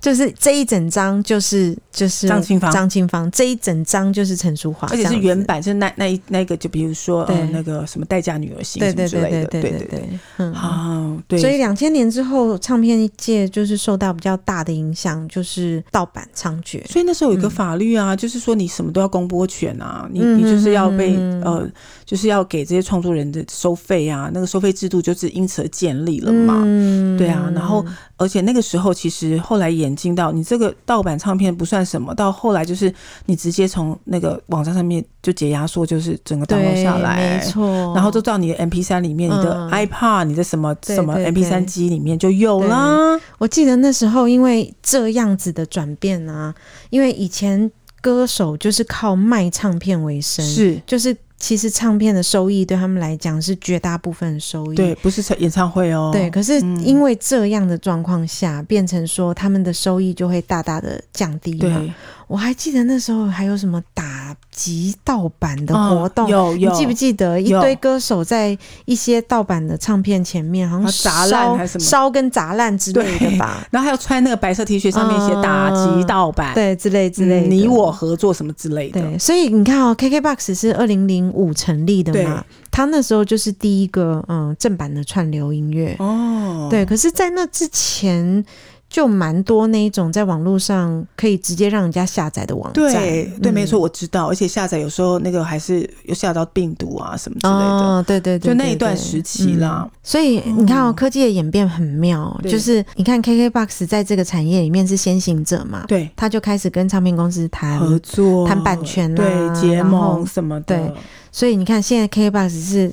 B: 就是这一整张就是就是
C: 张清芳
B: 张清芳这一整张就是陈淑桦，
C: 而且
B: 这
C: 是
B: 样子
C: 原。版，就是那那一那个，就比如说呃
B: 对
C: 那个什么待嫁女儿心
B: 对
C: 什
B: 对
C: 么之
B: 对
C: 类
B: 对
C: 的，
B: 对
C: 对
B: 对对，嗯。
C: 啊，对，
B: 所以两千年之后，唱片界就是受到比较大的影响，就是盗版猖獗。
C: 所以那时候有一个
B: 嗯
C: 法律啊，就是说你什么都要公播权啊，你
B: 嗯
C: 你就是要被、
B: 嗯嗯嗯
C: 呃，就是要给这些创作人的收费啊，那个收费制度就是因此而建立了嘛。
B: 嗯
C: 对啊然后而且那个时候其实后来演进到你这个盗版唱片不算什么，到后来就是你直接从那个网站上面就解压缩，就是整个 download
B: 对，
C: 下来
B: 没。错。
C: 然后就到你的 M P 三里面，你的
B: 嗯
C: iPad、你的什么
B: 对
C: 什么
B: 对
C: M P 三
B: 对
C: 机里面就有啦。
B: 我记得那时候因为这样子的转变啊，因为以前歌手就是靠卖唱片为生，
C: 是，
B: 就是其实唱片的收益对他们来讲是绝大部分的收益。
C: 对，不是演唱会哦。
B: 对，可是因为这样的状况下，变成说他们的收益就会大大的降低嘛。
C: 对，
B: 我还记得那时候还有什么打击盗版的活动，啊
C: 嗯有
B: 你
C: 有，
B: 记不记得一
C: 有
B: 堆歌手在一些盗版的唱片前面，好像
C: 啊砸烂
B: 烧
C: 还是什么
B: 烧跟砸烂之类的
C: [LAUGHS]
B: 吧？
C: 然后还有穿那个白色 T 恤，上面写
B: 嗯
C: 打击盗版，
B: 对，之类之类的、
C: 嗯你我合作什么之类的。
B: 对，所以你看哦，KKBOX 是二零零五成立的嘛，他那时候就是第一个嗯正版的串流音乐。
C: 哦，
B: 对，可是，在那之前就蛮多那一种在网络上可以直接让人家下载的网站。
C: 对对，
B: 嗯
C: 没错，我知道。而且下载有时候那个还是有下载到病毒啊什么之类的。
B: 哦，对对对，
C: 就那一
B: 对
C: 段
B: 对
C: 时期啦
B: 嗯所以你看哦，
C: 嗯
B: 科技的演变很妙，
C: 对
B: 就是你看 KKBOX 在这个产业里面是先行者嘛，
C: 对，
B: 他就开始跟唱片公司谈
C: 合作、
B: 谈版权啊
C: 对结
B: 然后
C: 盟什么的，
B: 所以你看现在 KKBOX 是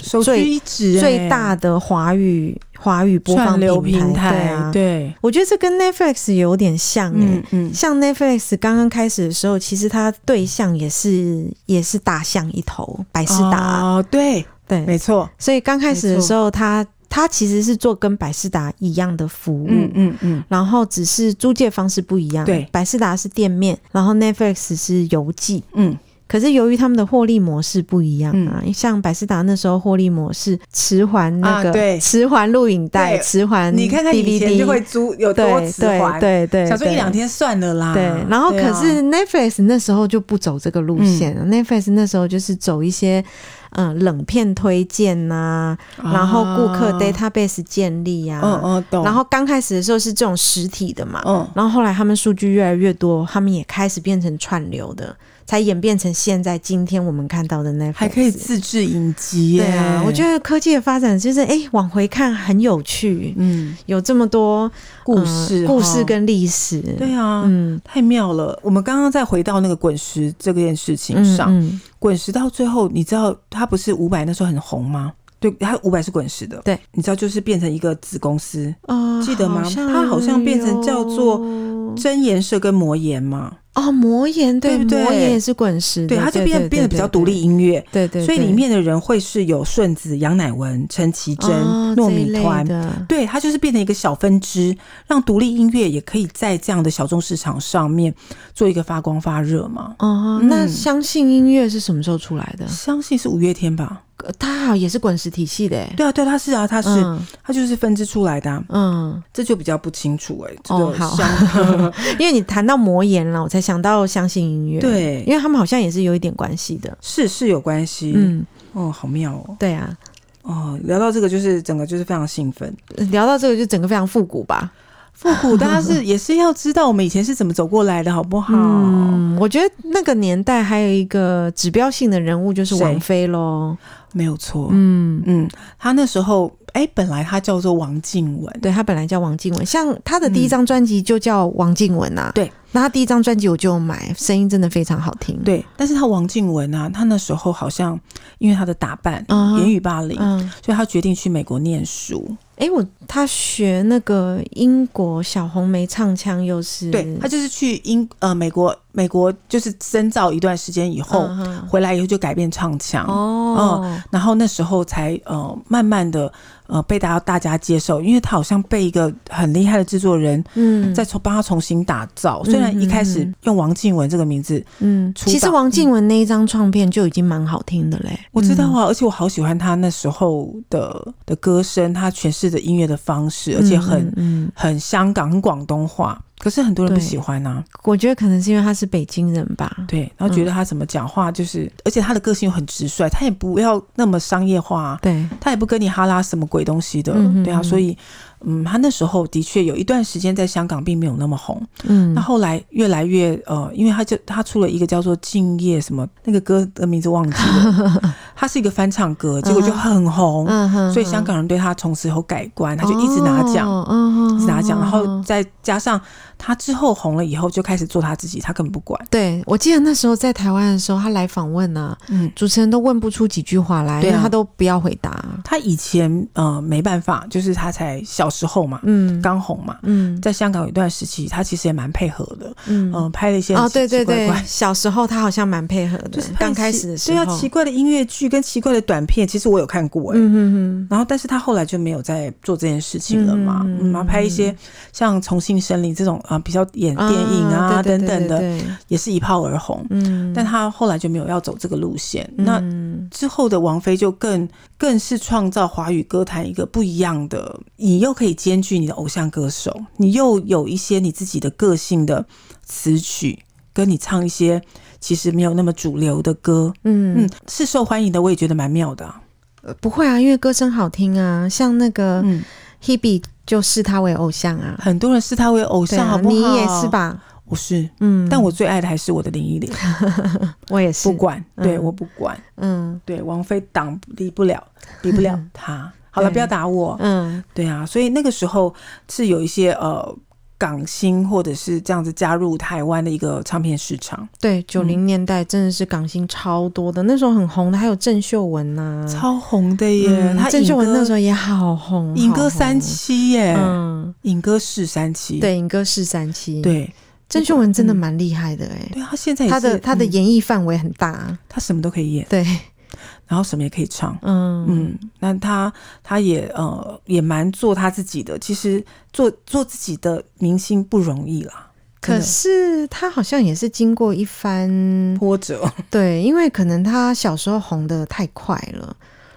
C: 首
B: 最
C: 屈一指、欸，
B: 最大的华语华语播
C: 串
B: 放
C: 流平
B: 台，对啊，
C: 对，
B: 我觉得这跟 Netflix 有点像哎、
C: 嗯嗯，
B: 像 Netflix 刚刚开始的时候，其实它对象也是也是大象一头，百事达、
C: 哦，对，
B: 对，
C: 没错，
B: 所以刚开始的
C: 没错
B: 时候，它它其实是做跟百事达一样的服务，
C: 嗯嗯嗯，
B: 然后只是租借方式不一样。
C: 对
B: 百事达是店面，然后 Netflix 是邮寄。
C: 嗯，
B: 可是由于他们的获利模式不一样啊，像百事达那时候获利模式迟还那
C: 啊
B: 个，
C: 对
B: 迟还录影带，
C: 对
B: 迟还 DVD，
C: 你看看以前就会租有多
B: 对
C: 迟缓，
B: 对对对，
C: 想说一
B: 对
C: 两天算了啦，
B: 对，然后可
C: 对啊嗯
B: 是 Netflix 那时候就不走这个路线、了 Netflix 那时候就是走一些嗯、呃冷片推荐啊呐、然后顾客
C: 啊
B: database 建立呀、
C: 嗯嗯懂，
B: 然后刚开始的时候是这种实体的嘛，
C: 嗯
B: 然后后来他们数据越来越多，他们也开始变成串流的，才演变成现在今天我们看到的 Netflix。
C: 还可以自制影集耶，
B: 对啊，我觉得科技的发展就是哎、往回看很有趣，
C: 嗯
B: 有这么多
C: 故
B: 呃
C: 事
B: 故
C: 哈
B: 事跟历史，
C: 对啊。
B: 嗯，
C: 太妙了！我们刚刚再回到那个滚石这件事情
B: 嗯
C: 上，
B: 嗯
C: 滚石到最后，你知道他不是伍佰那时候很红吗？对，他伍佰是滚石的。
B: 对，
C: 你知道就是变成一个子公司，
B: 哦，
C: 记得吗它好像变成叫做
B: 嗯
C: 真颜社跟魔岩嘛，
B: 哦魔岩，对
C: 对不对
B: 魔岩也是滚石的，
C: 对，它就变变得比较独立，
B: 对
C: 音乐，
B: 对对，对
C: 所以里面的人会是有顺子、杨乃文、陈绮贞、
B: 哦
C: 糯
B: 这一
C: 米
B: 类
C: 团。
B: 的，
C: 对，它就是变成一个小分支，让独立音乐也可以在这样的小众市场上面做一个发光发热嘛。
B: 哦，
C: 嗯
B: 那相信音乐是什么时候出来的？
C: 相信是五月天吧？
B: 呃它好也是滚石体系的欸，
C: 对啊，对，他是啊，他是，
B: 嗯
C: 他就是分支出来的啊、
B: 嗯，
C: 这就比较不清楚哎、这
B: 哦
C: 个
B: 好 [LAUGHS]
C: 相
B: 因为你谈到魔岩了，我才想到相信音乐，，
C: 对
B: 因为他们好像也是有一点关系的，
C: 是是有关系，
B: 嗯，
C: 哦，好妙哦，
B: 对啊，
C: 哦，聊到这个就是整个就是非常
B: [LAUGHS]
C: 兴奋，
B: 聊到这个就整个非常复古吧，
C: 复古
B: [LAUGHS]
C: 大家是也是要知道我们以前是怎么走过来的，好不好？
B: 嗯，我觉得那个年代还有一个指标性的人物就是
C: 谁
B: 王菲喽，
C: 没有错，嗯
B: 嗯。
C: 他那时候哎，本来他叫做王静文，
B: 对他本来叫王静文，像他的第一张专辑就叫王静文啊。
C: 对，
B: 那他第一张专辑我就有买，声音真的非常好听。，
C: 对，但是他王静文啊，他那时候好像因为他的打扮、
B: 嗯
C: 言语霸凌，
B: 嗯，
C: 所以他决定去美国念书，
B: 诶，我他学那个英国小红梅唱腔，又是
C: 对他就是去英呃美国美国就是深造一段时间以后。
B: 嗯哼
C: 回来以后就改变唱腔，
B: 哦，
C: 然后那时候才呃慢慢的呃被大家大家接受，因为他好像被一个很厉害的制作人
B: 嗯，
C: 再重帮他重新打造。虽然一开
B: 嗯
C: 始
B: 嗯
C: 用王静文这个名字，
B: 嗯，
C: 出道
B: 其实王静文那一张唱片就已经蛮好听的嘞。
C: 我知道啊，而且我好喜欢他那时候的的歌声，他诠释的音乐的方式，
B: 嗯，
C: 而且很、
B: 嗯嗯，嗯
C: 很香港、很广东话。可是很多人不
B: 对
C: 喜欢啊，
B: 我觉得可能是因为他是北京人吧。
C: 对，然
B: 嗯
C: 后觉得他怎么讲话就是，而且他的个性又很直率，他也不要那么商业化、啊，
B: 对，
C: 他也不跟你哈拉什么鬼东西的，
B: 嗯哼
C: 对啊，
B: 嗯
C: 所以，嗯，他那时候的确有一段时间在香港并没有那么红，
B: 嗯
C: 那，后来越来越呃，因为他就他出了一个叫做《敬业》什么那个歌的名字忘记
B: [LAUGHS]
C: 了，他是一个翻唱歌，结果就很红，
B: 嗯哼
C: 所以香港人对他从此后改观，他就一直拿奖，
B: 哦嗯哼
C: 一直拿奖，然后
B: 嗯
C: 再加上他之后红了以后就开始做他自己，他根本不管。
B: 对，我记得那时候在台湾的时候，他来访问啊，
C: 嗯，
B: 主持人都问不出几句话来，
C: 对啊
B: 因为他都不要回答。
C: 他以前呃没办法，就是他才小时候嘛，
B: 嗯，
C: 刚红嘛，
B: 嗯
C: 在香港有一段时期，他其实也蛮配合的，
B: 嗯
C: 嗯、拍了一些
B: 哦，
C: 很
B: 对
C: 奇
B: 对
C: 奇怪
B: 对
C: 怪，，
B: [LAUGHS] 小时候他好像蛮配合的，
C: 就是拍
B: 刚
C: 奇
B: 开始的时候，
C: 对啊，奇怪的音乐剧跟奇怪的短片，其实我有看过哎、
B: 嗯嗯
C: 然后，但是他后来就没有再做这件事情了嘛，
B: 嗯
C: 嗯，然后拍一些像《重庆森林》这种啊、比较演
B: 嗯，
C: 电影啊
B: 对
C: 等
B: 对
C: 等
B: 对
C: 的，
B: 对对
C: 也是一炮而红。
B: 嗯，
C: 但他后来就没有要走这个路线。那
B: 嗯
C: 之后的王菲就更更是创造华语歌坛一个不一样的，你又可以兼具你的偶像歌手，你又有一些你自己的个性的词曲，跟你唱一些其实没有那么主流的歌，
B: 嗯
C: 嗯，是受欢迎的，我也觉得蛮妙的啊、
B: 呃不会啊，因为歌声好听啊，像那个
C: 嗯，
B: Hebe 就视他为偶像啊，
C: 很多人视他为偶
B: 对
C: 像，
B: 啊
C: 好不好？
B: 你也是？吧？
C: 我是，
B: 嗯，
C: 但我最爱的还是我的林忆莲，
B: 我也是
C: 不，管，
B: 嗯
C: 对，我不管，
B: 嗯
C: 对，王菲挡离不了，离不了
B: [LAUGHS]
C: 她。好了，
B: 对
C: 不要打我。
B: 嗯
C: 对啊，所以那个时候是有一些呃港星或者是这样子加入台湾的一个唱片市场，
B: 对，九零年代真的是港星超多的，那时候很红的还有郑秀文呐、啊，
C: 超红的耶。
B: 嗯
C: 他
B: 郑秀文那时
C: 候
B: 候也好红，
C: 尹
B: 好
C: 歌
B: 红
C: 三，期耶，
B: 嗯，
C: 尹歌是三期，
B: 对，尹歌是三期，，
C: 对嗯
B: 郑秀文真的蛮厉害的哎、
C: 对，他现在也
B: 她的
C: 是
B: 她的
C: 嗯
B: 演绎范围很大，啊
C: 他什么都可以演，
B: 对，
C: 然后什么也可以唱。
B: 嗯
C: 嗯，那他他也呃也蛮做他自己的，其实做做自己的明星不容易啦，
B: 可
C: 真的
B: 是她好像也是经过一番
C: 波折。
B: 对，因为可能她小时候红的太快了。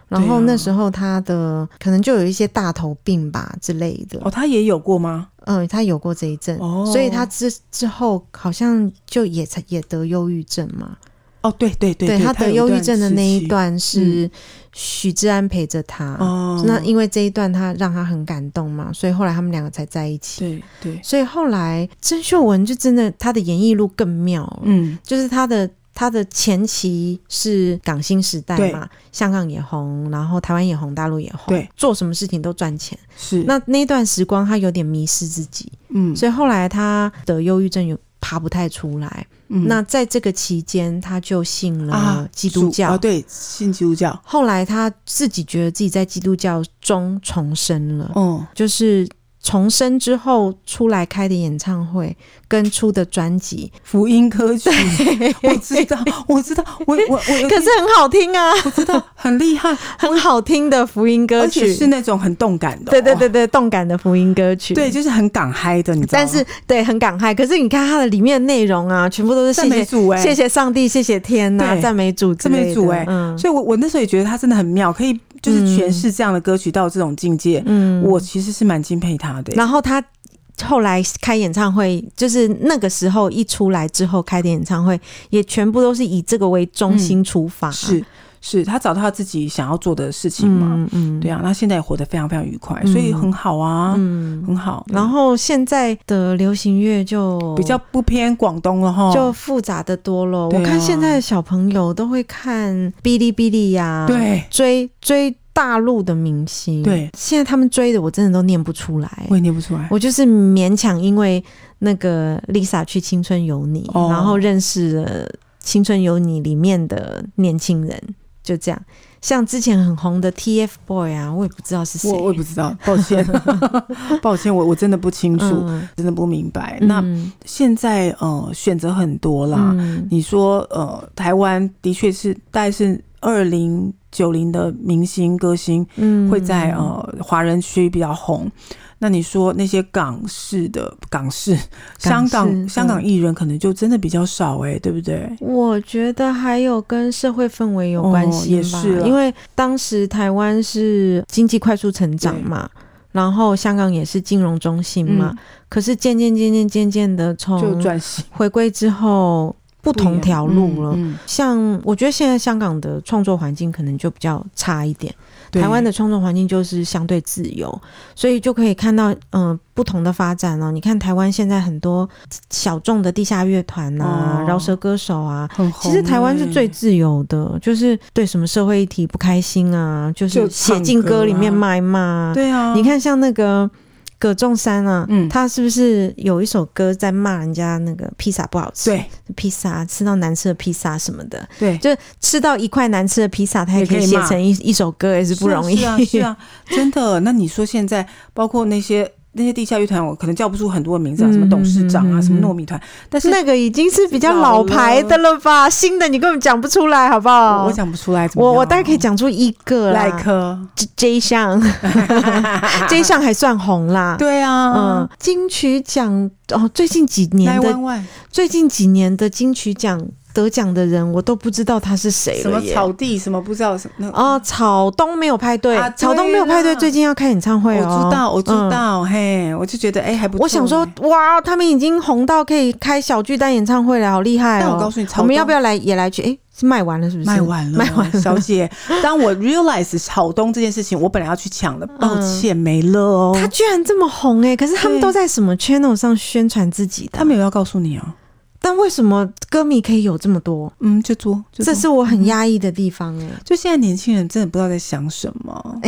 B: 然后
C: 对啊
B: 那时候她的可能就有一些大头病吧之类的，
C: 哦，他也有过吗？
B: 嗯，她有过这一阵，
C: 哦
B: 所以她之之后好像就也才也得忧郁症嘛。
C: 哦，对对对
B: 她
C: 他
B: 得忧郁症的那一段是许志安陪着她，
C: 嗯哦，
B: 那因为这一段她让她很感动嘛，所以后来他们两个才在一起。
C: 对对，
B: 所以后来郑秀文就真的她的演艺路更妙了，
C: 嗯，
B: 就是她的她的前期是港星时代嘛，香港也红，然后台湾也红，大陆也红，
C: 对，
B: 做什么事情都赚钱。
C: 是
B: 那那一段时光，她有点迷失自己，
C: 嗯
B: 所以后来她得忧郁症，有爬不太出来。
C: 嗯
B: 那在这个期间，她就信了
C: 啊
B: 基督教。
C: 啊，对，信基督教，
B: 后来她自己觉得自己在基督教中重生了，
C: 嗯，
B: 就是重生之后出来开的演唱会跟出的专辑，
C: [LAUGHS] 福音歌曲， [LAUGHS] 我知道，我知道，我我我有
B: 可是很好听啊，
C: [LAUGHS] 很厉害，
B: 很好听的福音歌
C: 而且
B: 曲，
C: 是那种很动感的哦，
B: 对对对对，动感的福音歌曲，
C: 对，。就是啊很港嗨的，你知道
B: 但
C: 吗，
B: 是对，很感慨。可是你看它的里面内容啊，全部都是
C: 赞
B: 谢
C: 美
B: 谢
C: 主哎，
B: 谢谢上帝，谢谢天呐、
C: 对
B: 赞美主之类的，
C: 赞美主哎
B: 嗯
C: 所以我，我那时候也觉得他真的很妙，可以就是诠释这样的歌曲到这种境界，
B: 嗯。
C: 我其实是蛮敬佩他的。欸
B: 然后他后来开演唱会，就是那个时候一出来之后开的演唱会，也全部都是以这个为中心出发，
C: 嗯
B: 啊
C: 是是，他找到他自己想要做的事情嘛？
B: 嗯嗯，
C: 对啊，那现在也活得非常非常愉快，
B: 嗯
C: 所以很好啊，
B: 嗯。
C: 很好。
B: 然后现在的流行乐就
C: 比较不偏广东了哈，
B: 就复杂的多了。
C: 对啊
B: 我看现在的小朋友都会看哔哩哔哩呀，，
C: 对，
B: 追追大陆的明星。
C: 对，
B: 现在他们追的我真的都念不出来
C: 我，也念不出来。
B: 我就是勉强因为那个 Lisa 去《青春有你》
C: 哦
B: 然后认识了《青春有你》里面的年轻人，就这样。像之前很红的 TFBOY 啊，我也不知道是谁。
C: 我我也不知道，抱歉，抱歉， [LAUGHS] 我我真的不清楚，
B: 嗯
C: 真的不明白。那
B: 嗯
C: 现在呃，选择很多啦，
B: 嗯
C: 你说，呃，台湾的确是，大概是二零九零的明星歌星
B: 嗯
C: 会在、呃华人区比较红。那你说那些港式的港式香港
B: 嗯
C: 香港艺人可能就真的比较少哎、对不对？
B: 我觉得还有跟社会氛围有关系吧，
C: 哦也是啦
B: 因为当时台湾是经济快速成长嘛，然后香港也是金融中心嘛，
C: 嗯，
B: 可是渐渐渐渐渐渐的
C: 就
B: 从
C: 转型
B: 回归之后哦不
C: 不
B: 同条路了。
C: 嗯嗯
B: 像我觉得现在香港的创作环境可能就比较差一点，
C: 对
B: 台湾的创作环境就是相对自由，所以就可以看到嗯、呃不同的发展哦。你看台湾现在很多小众的地下乐团啊、
C: 哦
B: 饶舌歌手啊，
C: 很
B: 其
C: 红
B: 实台湾是
C: 欸
B: 最自由的，就是对什么社会议题不开心啊，就是
C: 就
B: 写
C: 唱
B: 进
C: 歌
B: 歌里面
C: 啊
B: 骂一骂啊。
C: 对啊，
B: 你看，像那个葛仲山啊，
C: 嗯
B: 他是不是有一首歌在骂人家那个披萨不好吃？，
C: 对
B: 披萨吃到难吃的披萨什么的，
C: 对，
B: 就吃到一块难吃的披萨，他也
C: 也
B: 可
C: 可以
B: 以写
C: 骂
B: 成一一首歌，也是不容易。
C: 是啊，是啊，是啊真的。那你说现在包括那些那些地下乐团，我可能叫不出很多的名字啊，什么董事长啊，
B: 嗯
C: 什么糯米团，但
B: [LAUGHS]
C: 是
B: 那个已经是比较老牌的了吧，新的你根本讲不出来，好不好？
C: 我我讲不出来怎么
B: 我
C: 样啊
B: 我大概可以讲出一个啦
C: 赖科，
B: J- J
C: [LAUGHS]
B: 项，J 项还算红啦。
C: 对啊
B: 嗯，，金曲奖哦，最近几年
C: 赖
B: 的
C: 万万，
B: 最近几年的金曲奖得奖的人，我都不知道他是谁
C: 什么
B: 了耶。
C: 草地，什么不知道什么那个。
B: 哦，草东没有派对，
C: 啊对
B: 草东没有派对，
C: 啦
B: 最近要开演唱会
C: 我
B: 哦。
C: 知道，我知
B: 嗯
C: 道，嘿，我就觉得哎、还不错。
B: 我想说，，哇，他们已经红到可以开小巨蛋演唱会了，好厉害
C: 但
B: 哦！
C: 我告诉你，草
B: 我们
C: 东
B: 要不要来也来去？诶，是卖完了是不是？
C: 卖完
B: [LAUGHS]
C: 了，
B: 卖完了
C: 小姐，当我 realize 草东这件事情，我本来要去抢的，抱歉没了哦。
B: 嗯他居然这么红诶，可是他们
C: 对
B: 都在什么 channel 上宣传自己的啊？
C: 他没有要告诉你哦，
B: 但为什么歌迷可以有这么多？
C: 嗯，就做，就
B: 这
C: 做
B: 是我很压抑的地方欸
C: [LAUGHS]
B: 诶。
C: 就现在年轻人真的不知道在想什么，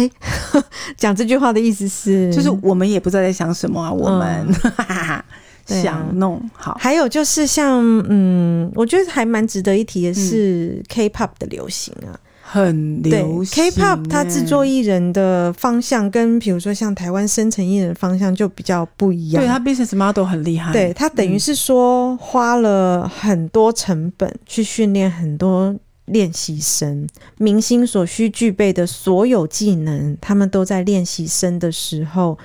B: 讲这句话的意思是，
C: 就是我们也不知道在想什么啊，我们、
B: 嗯 [LAUGHS] 对啊
C: 想弄好，
B: 还有就是像嗯，我觉得还蛮值得一提的
C: 嗯
B: 是 K-pop 的流行啊。
C: 很
B: 对
C: 流行欸。
B: ，K-pop 它制作艺人的方向跟比如说像台湾生成艺人的方向就比较不一样。
C: 对他 business model 很厉害，
B: 对，它
C: 嗯
B: 等于是说花了很多成本去训练很多练习生，明星所需具备的所有技能，他们都在练习生的时候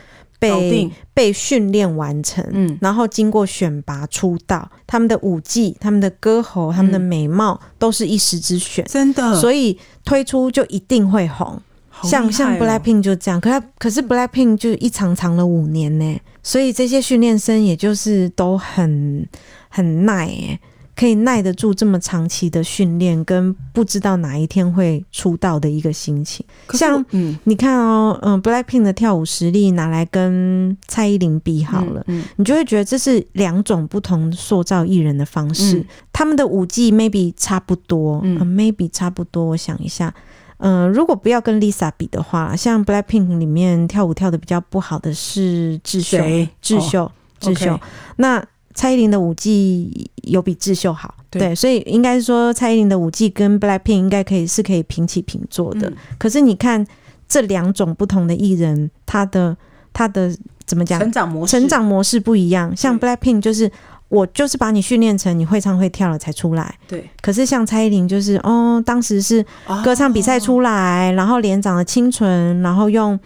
C: 搞
B: 被
C: 定，
B: 被训练完成。
C: 嗯，
B: 然后经过选拔出道，他们的舞技、他们的歌喉、他们的
C: 嗯
B: 美貌、都是一时之选，
C: 真的，
B: 所以推出就一定会红。
C: 好厉害
B: 像
C: 哦
B: 像 BLACKPINK 就这样，可他可是 BLACKPINK 就一长长了五年呢、所以这些训练生也就是都很很耐耶、可以耐得住这么长期的训练，跟不知道哪一天会出道的一个心情。
C: 可是我
B: 像
C: 嗯，
B: 你看哦，嗯，BLACKPINK 的跳舞实力拿来跟蔡依林比好了，
C: 嗯，
B: 你就会觉得这是两种不同塑造艺人的方式。
C: 嗯
B: 他们的舞技 maybe 差不多、
C: 嗯
B: 呃 m a y b e 差不多。我想一下，嗯、如果不要跟 Lisa 比的话，像 Blackpink 里面跳舞跳的比较不好的是智秀，
C: 谁？
B: 智
C: 哦
B: 秀，智秀
C: OK。
B: 那蔡依林的舞技有比智秀好，
C: 对
B: 对，所以应该说蔡依林的舞技跟 Blackpink 应该可以是可以平起平坐的。
C: 嗯
B: 可是你看这两种不同的艺人，他的他的怎么讲？
C: 成长模式，
B: 成长模式不一样。
C: 嗯
B: 像 Blackpink 就是我就是把你训练成你会唱会跳了才出来，
C: 对，
B: 可是像蔡依林就是哦，当时是
C: 啊
B: 歌唱比赛出来，然后脸长得清纯，然后用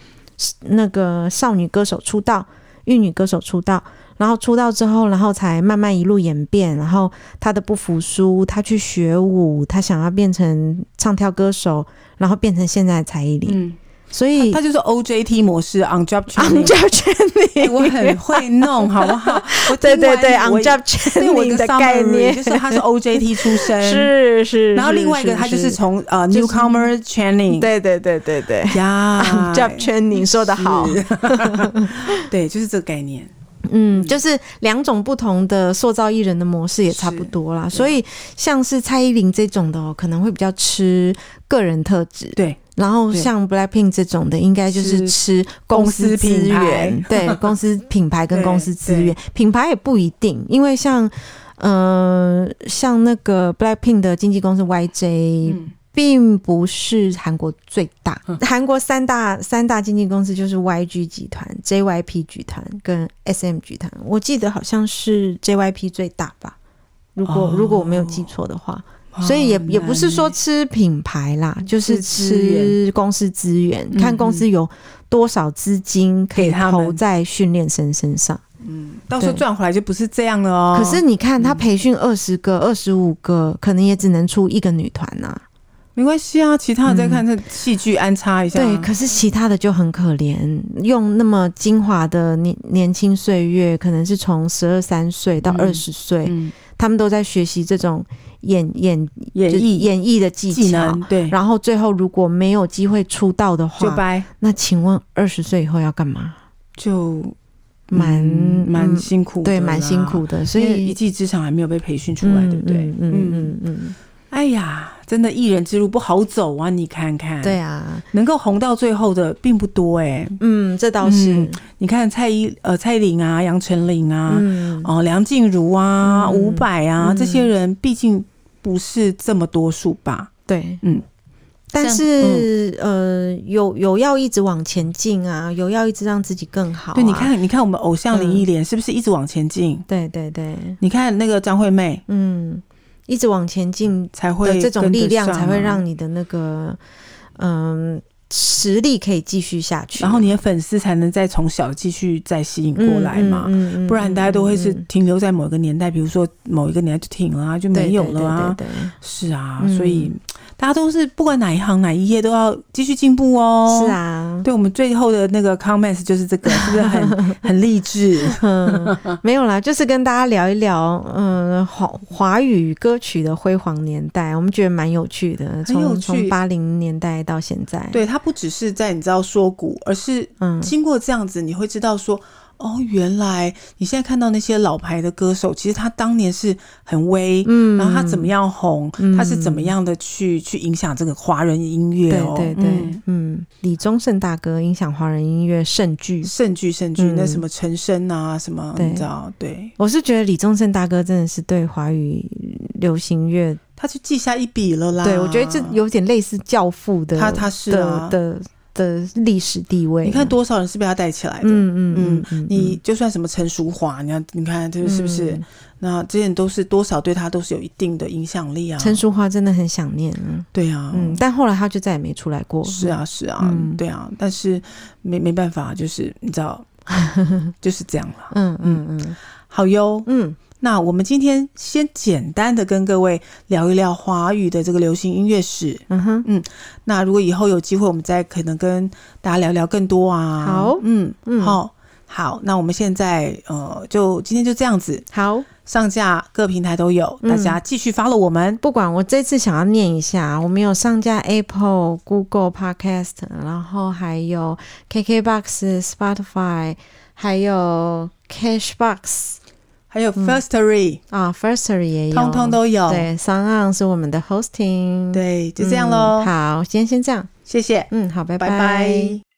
B: 那个少女歌手出道，玉女歌手出道。然后出道之后，然后才慢慢一路演变。然后她的不服输，她去学舞，她想要变成唱跳歌手，然后变成现在的蔡依林。
C: 嗯，
B: 所以
C: 他就是 OJT 模式，on job
B: ，on
C: training。
B: job training，、
C: 哎我很会弄，好不好？
B: [LAUGHS]
C: 我
B: 对
C: 听
B: 对
C: 完
B: 对
C: 我
B: ，on job
C: 所以我一
B: training
C: 个
B: 的概
C: summary
B: 念
C: 就是他是
B: [LAUGHS]
C: OJT 出身，
B: 是是，
C: 然后另外一个他就是从呃
B: 就是
C: newcomer training，
B: 对对对对对
C: 呀
B: ，job training 说的好， [LAUGHS]
C: 是对，就是这个概念。
B: 嗯，就是两种不同的塑造艺人的模式也差不多啦，
C: 啊
B: 所以像是蔡依林这种的哦，可能会比较吃个人特质，
C: 对，
B: 然后
C: 对
B: 像 BLACKPINK 这种的，应该就是吃公司资源， [LAUGHS] 对公司品牌跟公司资源，品牌也不一定，因为像呃像那个 BLACKPINK 的经纪公司 YJ，、
C: 嗯
B: 并不是韩国最大
C: 嗯，
B: 韩国三大三大经纪公司就是 YG 集团、JYP 集团跟 SM 集团，我记得好像是 JYP 最大吧。如果、
C: 哦
B: 如果我没有记错的话，所以也也不是说吃品牌啦，就是
C: 嗯是资源
B: 吃公司资源，
C: 嗯
B: 看公司有多少资金可以
C: 给他们
B: 投在训练生身上。
C: 到时候
B: 对
C: 赚回来就不是这样了哦。
B: 可是你看，他培训二十个、二十五个，可能也只能出一个女团呐、
C: 没关系啊，其他的再看这戏剧安插一
B: 嗯
C: 下。啊
B: 对，可是其他的就很可怜，用那么精华的年年轻岁月，可能是从十二三岁到
C: 嗯
B: 二十岁，
C: 嗯，
B: 他们都在学习这种演演
C: 演
B: 就是
C: 绎
B: 演绎的技巧。
C: 技能对，
B: 然后最后如果没有机会出道的
C: 就
B: 话，
C: 掰
B: 那请问二十岁以后要干嘛？
C: 就
B: 蛮
C: 嗯蛮
B: 嗯
C: 辛苦的啦，
B: 对，蛮辛苦的，所
C: 因为一
B: 以嗯
C: 技之长还没有被培训出来，对不对？嗯
B: 嗯嗯嗯嗯嗯，
C: 哎呀，真的艺人之路不好走啊！你看看，
B: 对，啊，
C: 能够红到最后的并不多哎、
B: 嗯，这倒是
C: 嗯，你看蔡依呃蔡依林啊、杨丞琳啊、
B: 嗯，
C: 哦梁静茹啊、
B: 嗯
C: 伍佰啊、
B: 嗯
C: 这些人，毕竟不是这么多数吧？
B: 对，
C: 嗯。
B: 但是，呃，有有要一直往前进啊，有要一直让自己更好、啊
C: 对，你，看，你看我们偶像林
B: 嗯
C: 忆莲是不是一直往前进？
B: 对对对，
C: 你看那个张惠妹
B: 嗯，一直往前进
C: 才
B: 的
C: 会
B: 这种
C: 跟得
B: 力量，
C: 上啊
B: 才会让你的那个，嗯、实力可以继续下去。
C: 然后你的粉丝才能再从小继续再吸引过
B: 嗯
C: 来嘛。
B: 嗯嗯嗯
C: 不然大家都会是
B: 嗯嗯
C: 停留在某一个年代，比如说某一个年代就停了啊，就
B: 对
C: 没有了啊。
B: 对对对对
C: 是啊，
B: 嗯
C: 所以大家都是不管哪一行哪一业都要继续进步哦。
B: 是，啊，
C: 对我们最后的那个 comments 就是这个，是不是
B: [LAUGHS]
C: 很很励志？
B: 嗯，没有啦，就是跟大家聊一聊，嗯，华华语歌曲的辉煌年代，我们觉得蛮有趣的，
C: 有
B: 从
C: 趣
B: 从八零年代到现在，，
C: 对，它不只是在你知道说鼓，而是
B: 嗯，
C: 经过这样子，你会知道说，哦，原来你现在看到那些老牌的歌手，其实他当年是很威，
B: 嗯
C: 然后他怎么
B: 样？
C: 样红，
B: 嗯
C: 他是怎么样的去去影响这个华人音乐
B: 对
C: 哦，
B: 对对
C: 嗯，
B: 嗯，李宗盛大哥影响华人音乐盛巨。
C: 盛剧盛剧，
B: 嗯
C: 那什么陈升啊，什么
B: 对
C: 你知道？对，
B: 我是觉得李宗盛大哥真的是对华语流行乐，
C: 他去记下一笔了啦。
B: 对我觉得这有点类似教父的
C: 他他是
B: 的
C: 啊，
B: 的的历史地位。
C: 你看，多少人是被他带起来的。
B: 嗯嗯
C: 嗯
B: 嗯嗯，
C: 你就算什么陈淑华，你看，你看，这个是不是？
B: 嗯
C: 那这些人都是多少对他都是有一定的影响力啊。
B: 陈淑桦真的很想念啊？
C: 对啊，
B: 嗯，但后来他就再也没出来过。
C: 是，啊，是啊，
B: 嗯
C: 对啊，但是没没办法，就是你
B: [LAUGHS]
C: 知道，就是这样了。
B: 嗯嗯嗯
C: 好哟，
B: 嗯，
C: 那我们今天先简单的跟各位聊一聊华语的这个流行音乐史。
B: 嗯哼，
C: 那如果以后有机会，我们再可能跟大家聊聊更多啊。
B: 好
C: 嗯，
B: 嗯
C: 好，好，那我们现在呃，就今天就这样子，
B: 好，
C: 上架各平台都有，
B: 嗯
C: 大家继续 follow 我们。
B: 不管我这次想要念一下，我们有上架 Apple、Google Podcast，然后还有 KKBox、Spotify，还有 Cashbox
C: 还有 Firstory，、
B: 啊，Firstory 嗯也有，
C: 通通都有。
B: 对，上岸是我们的 hosting，，
C: 对就这样
B: 嗯
C: 喽。
B: 好，今天先这样，
C: 谢谢，
B: 嗯，好，拜
C: 拜拜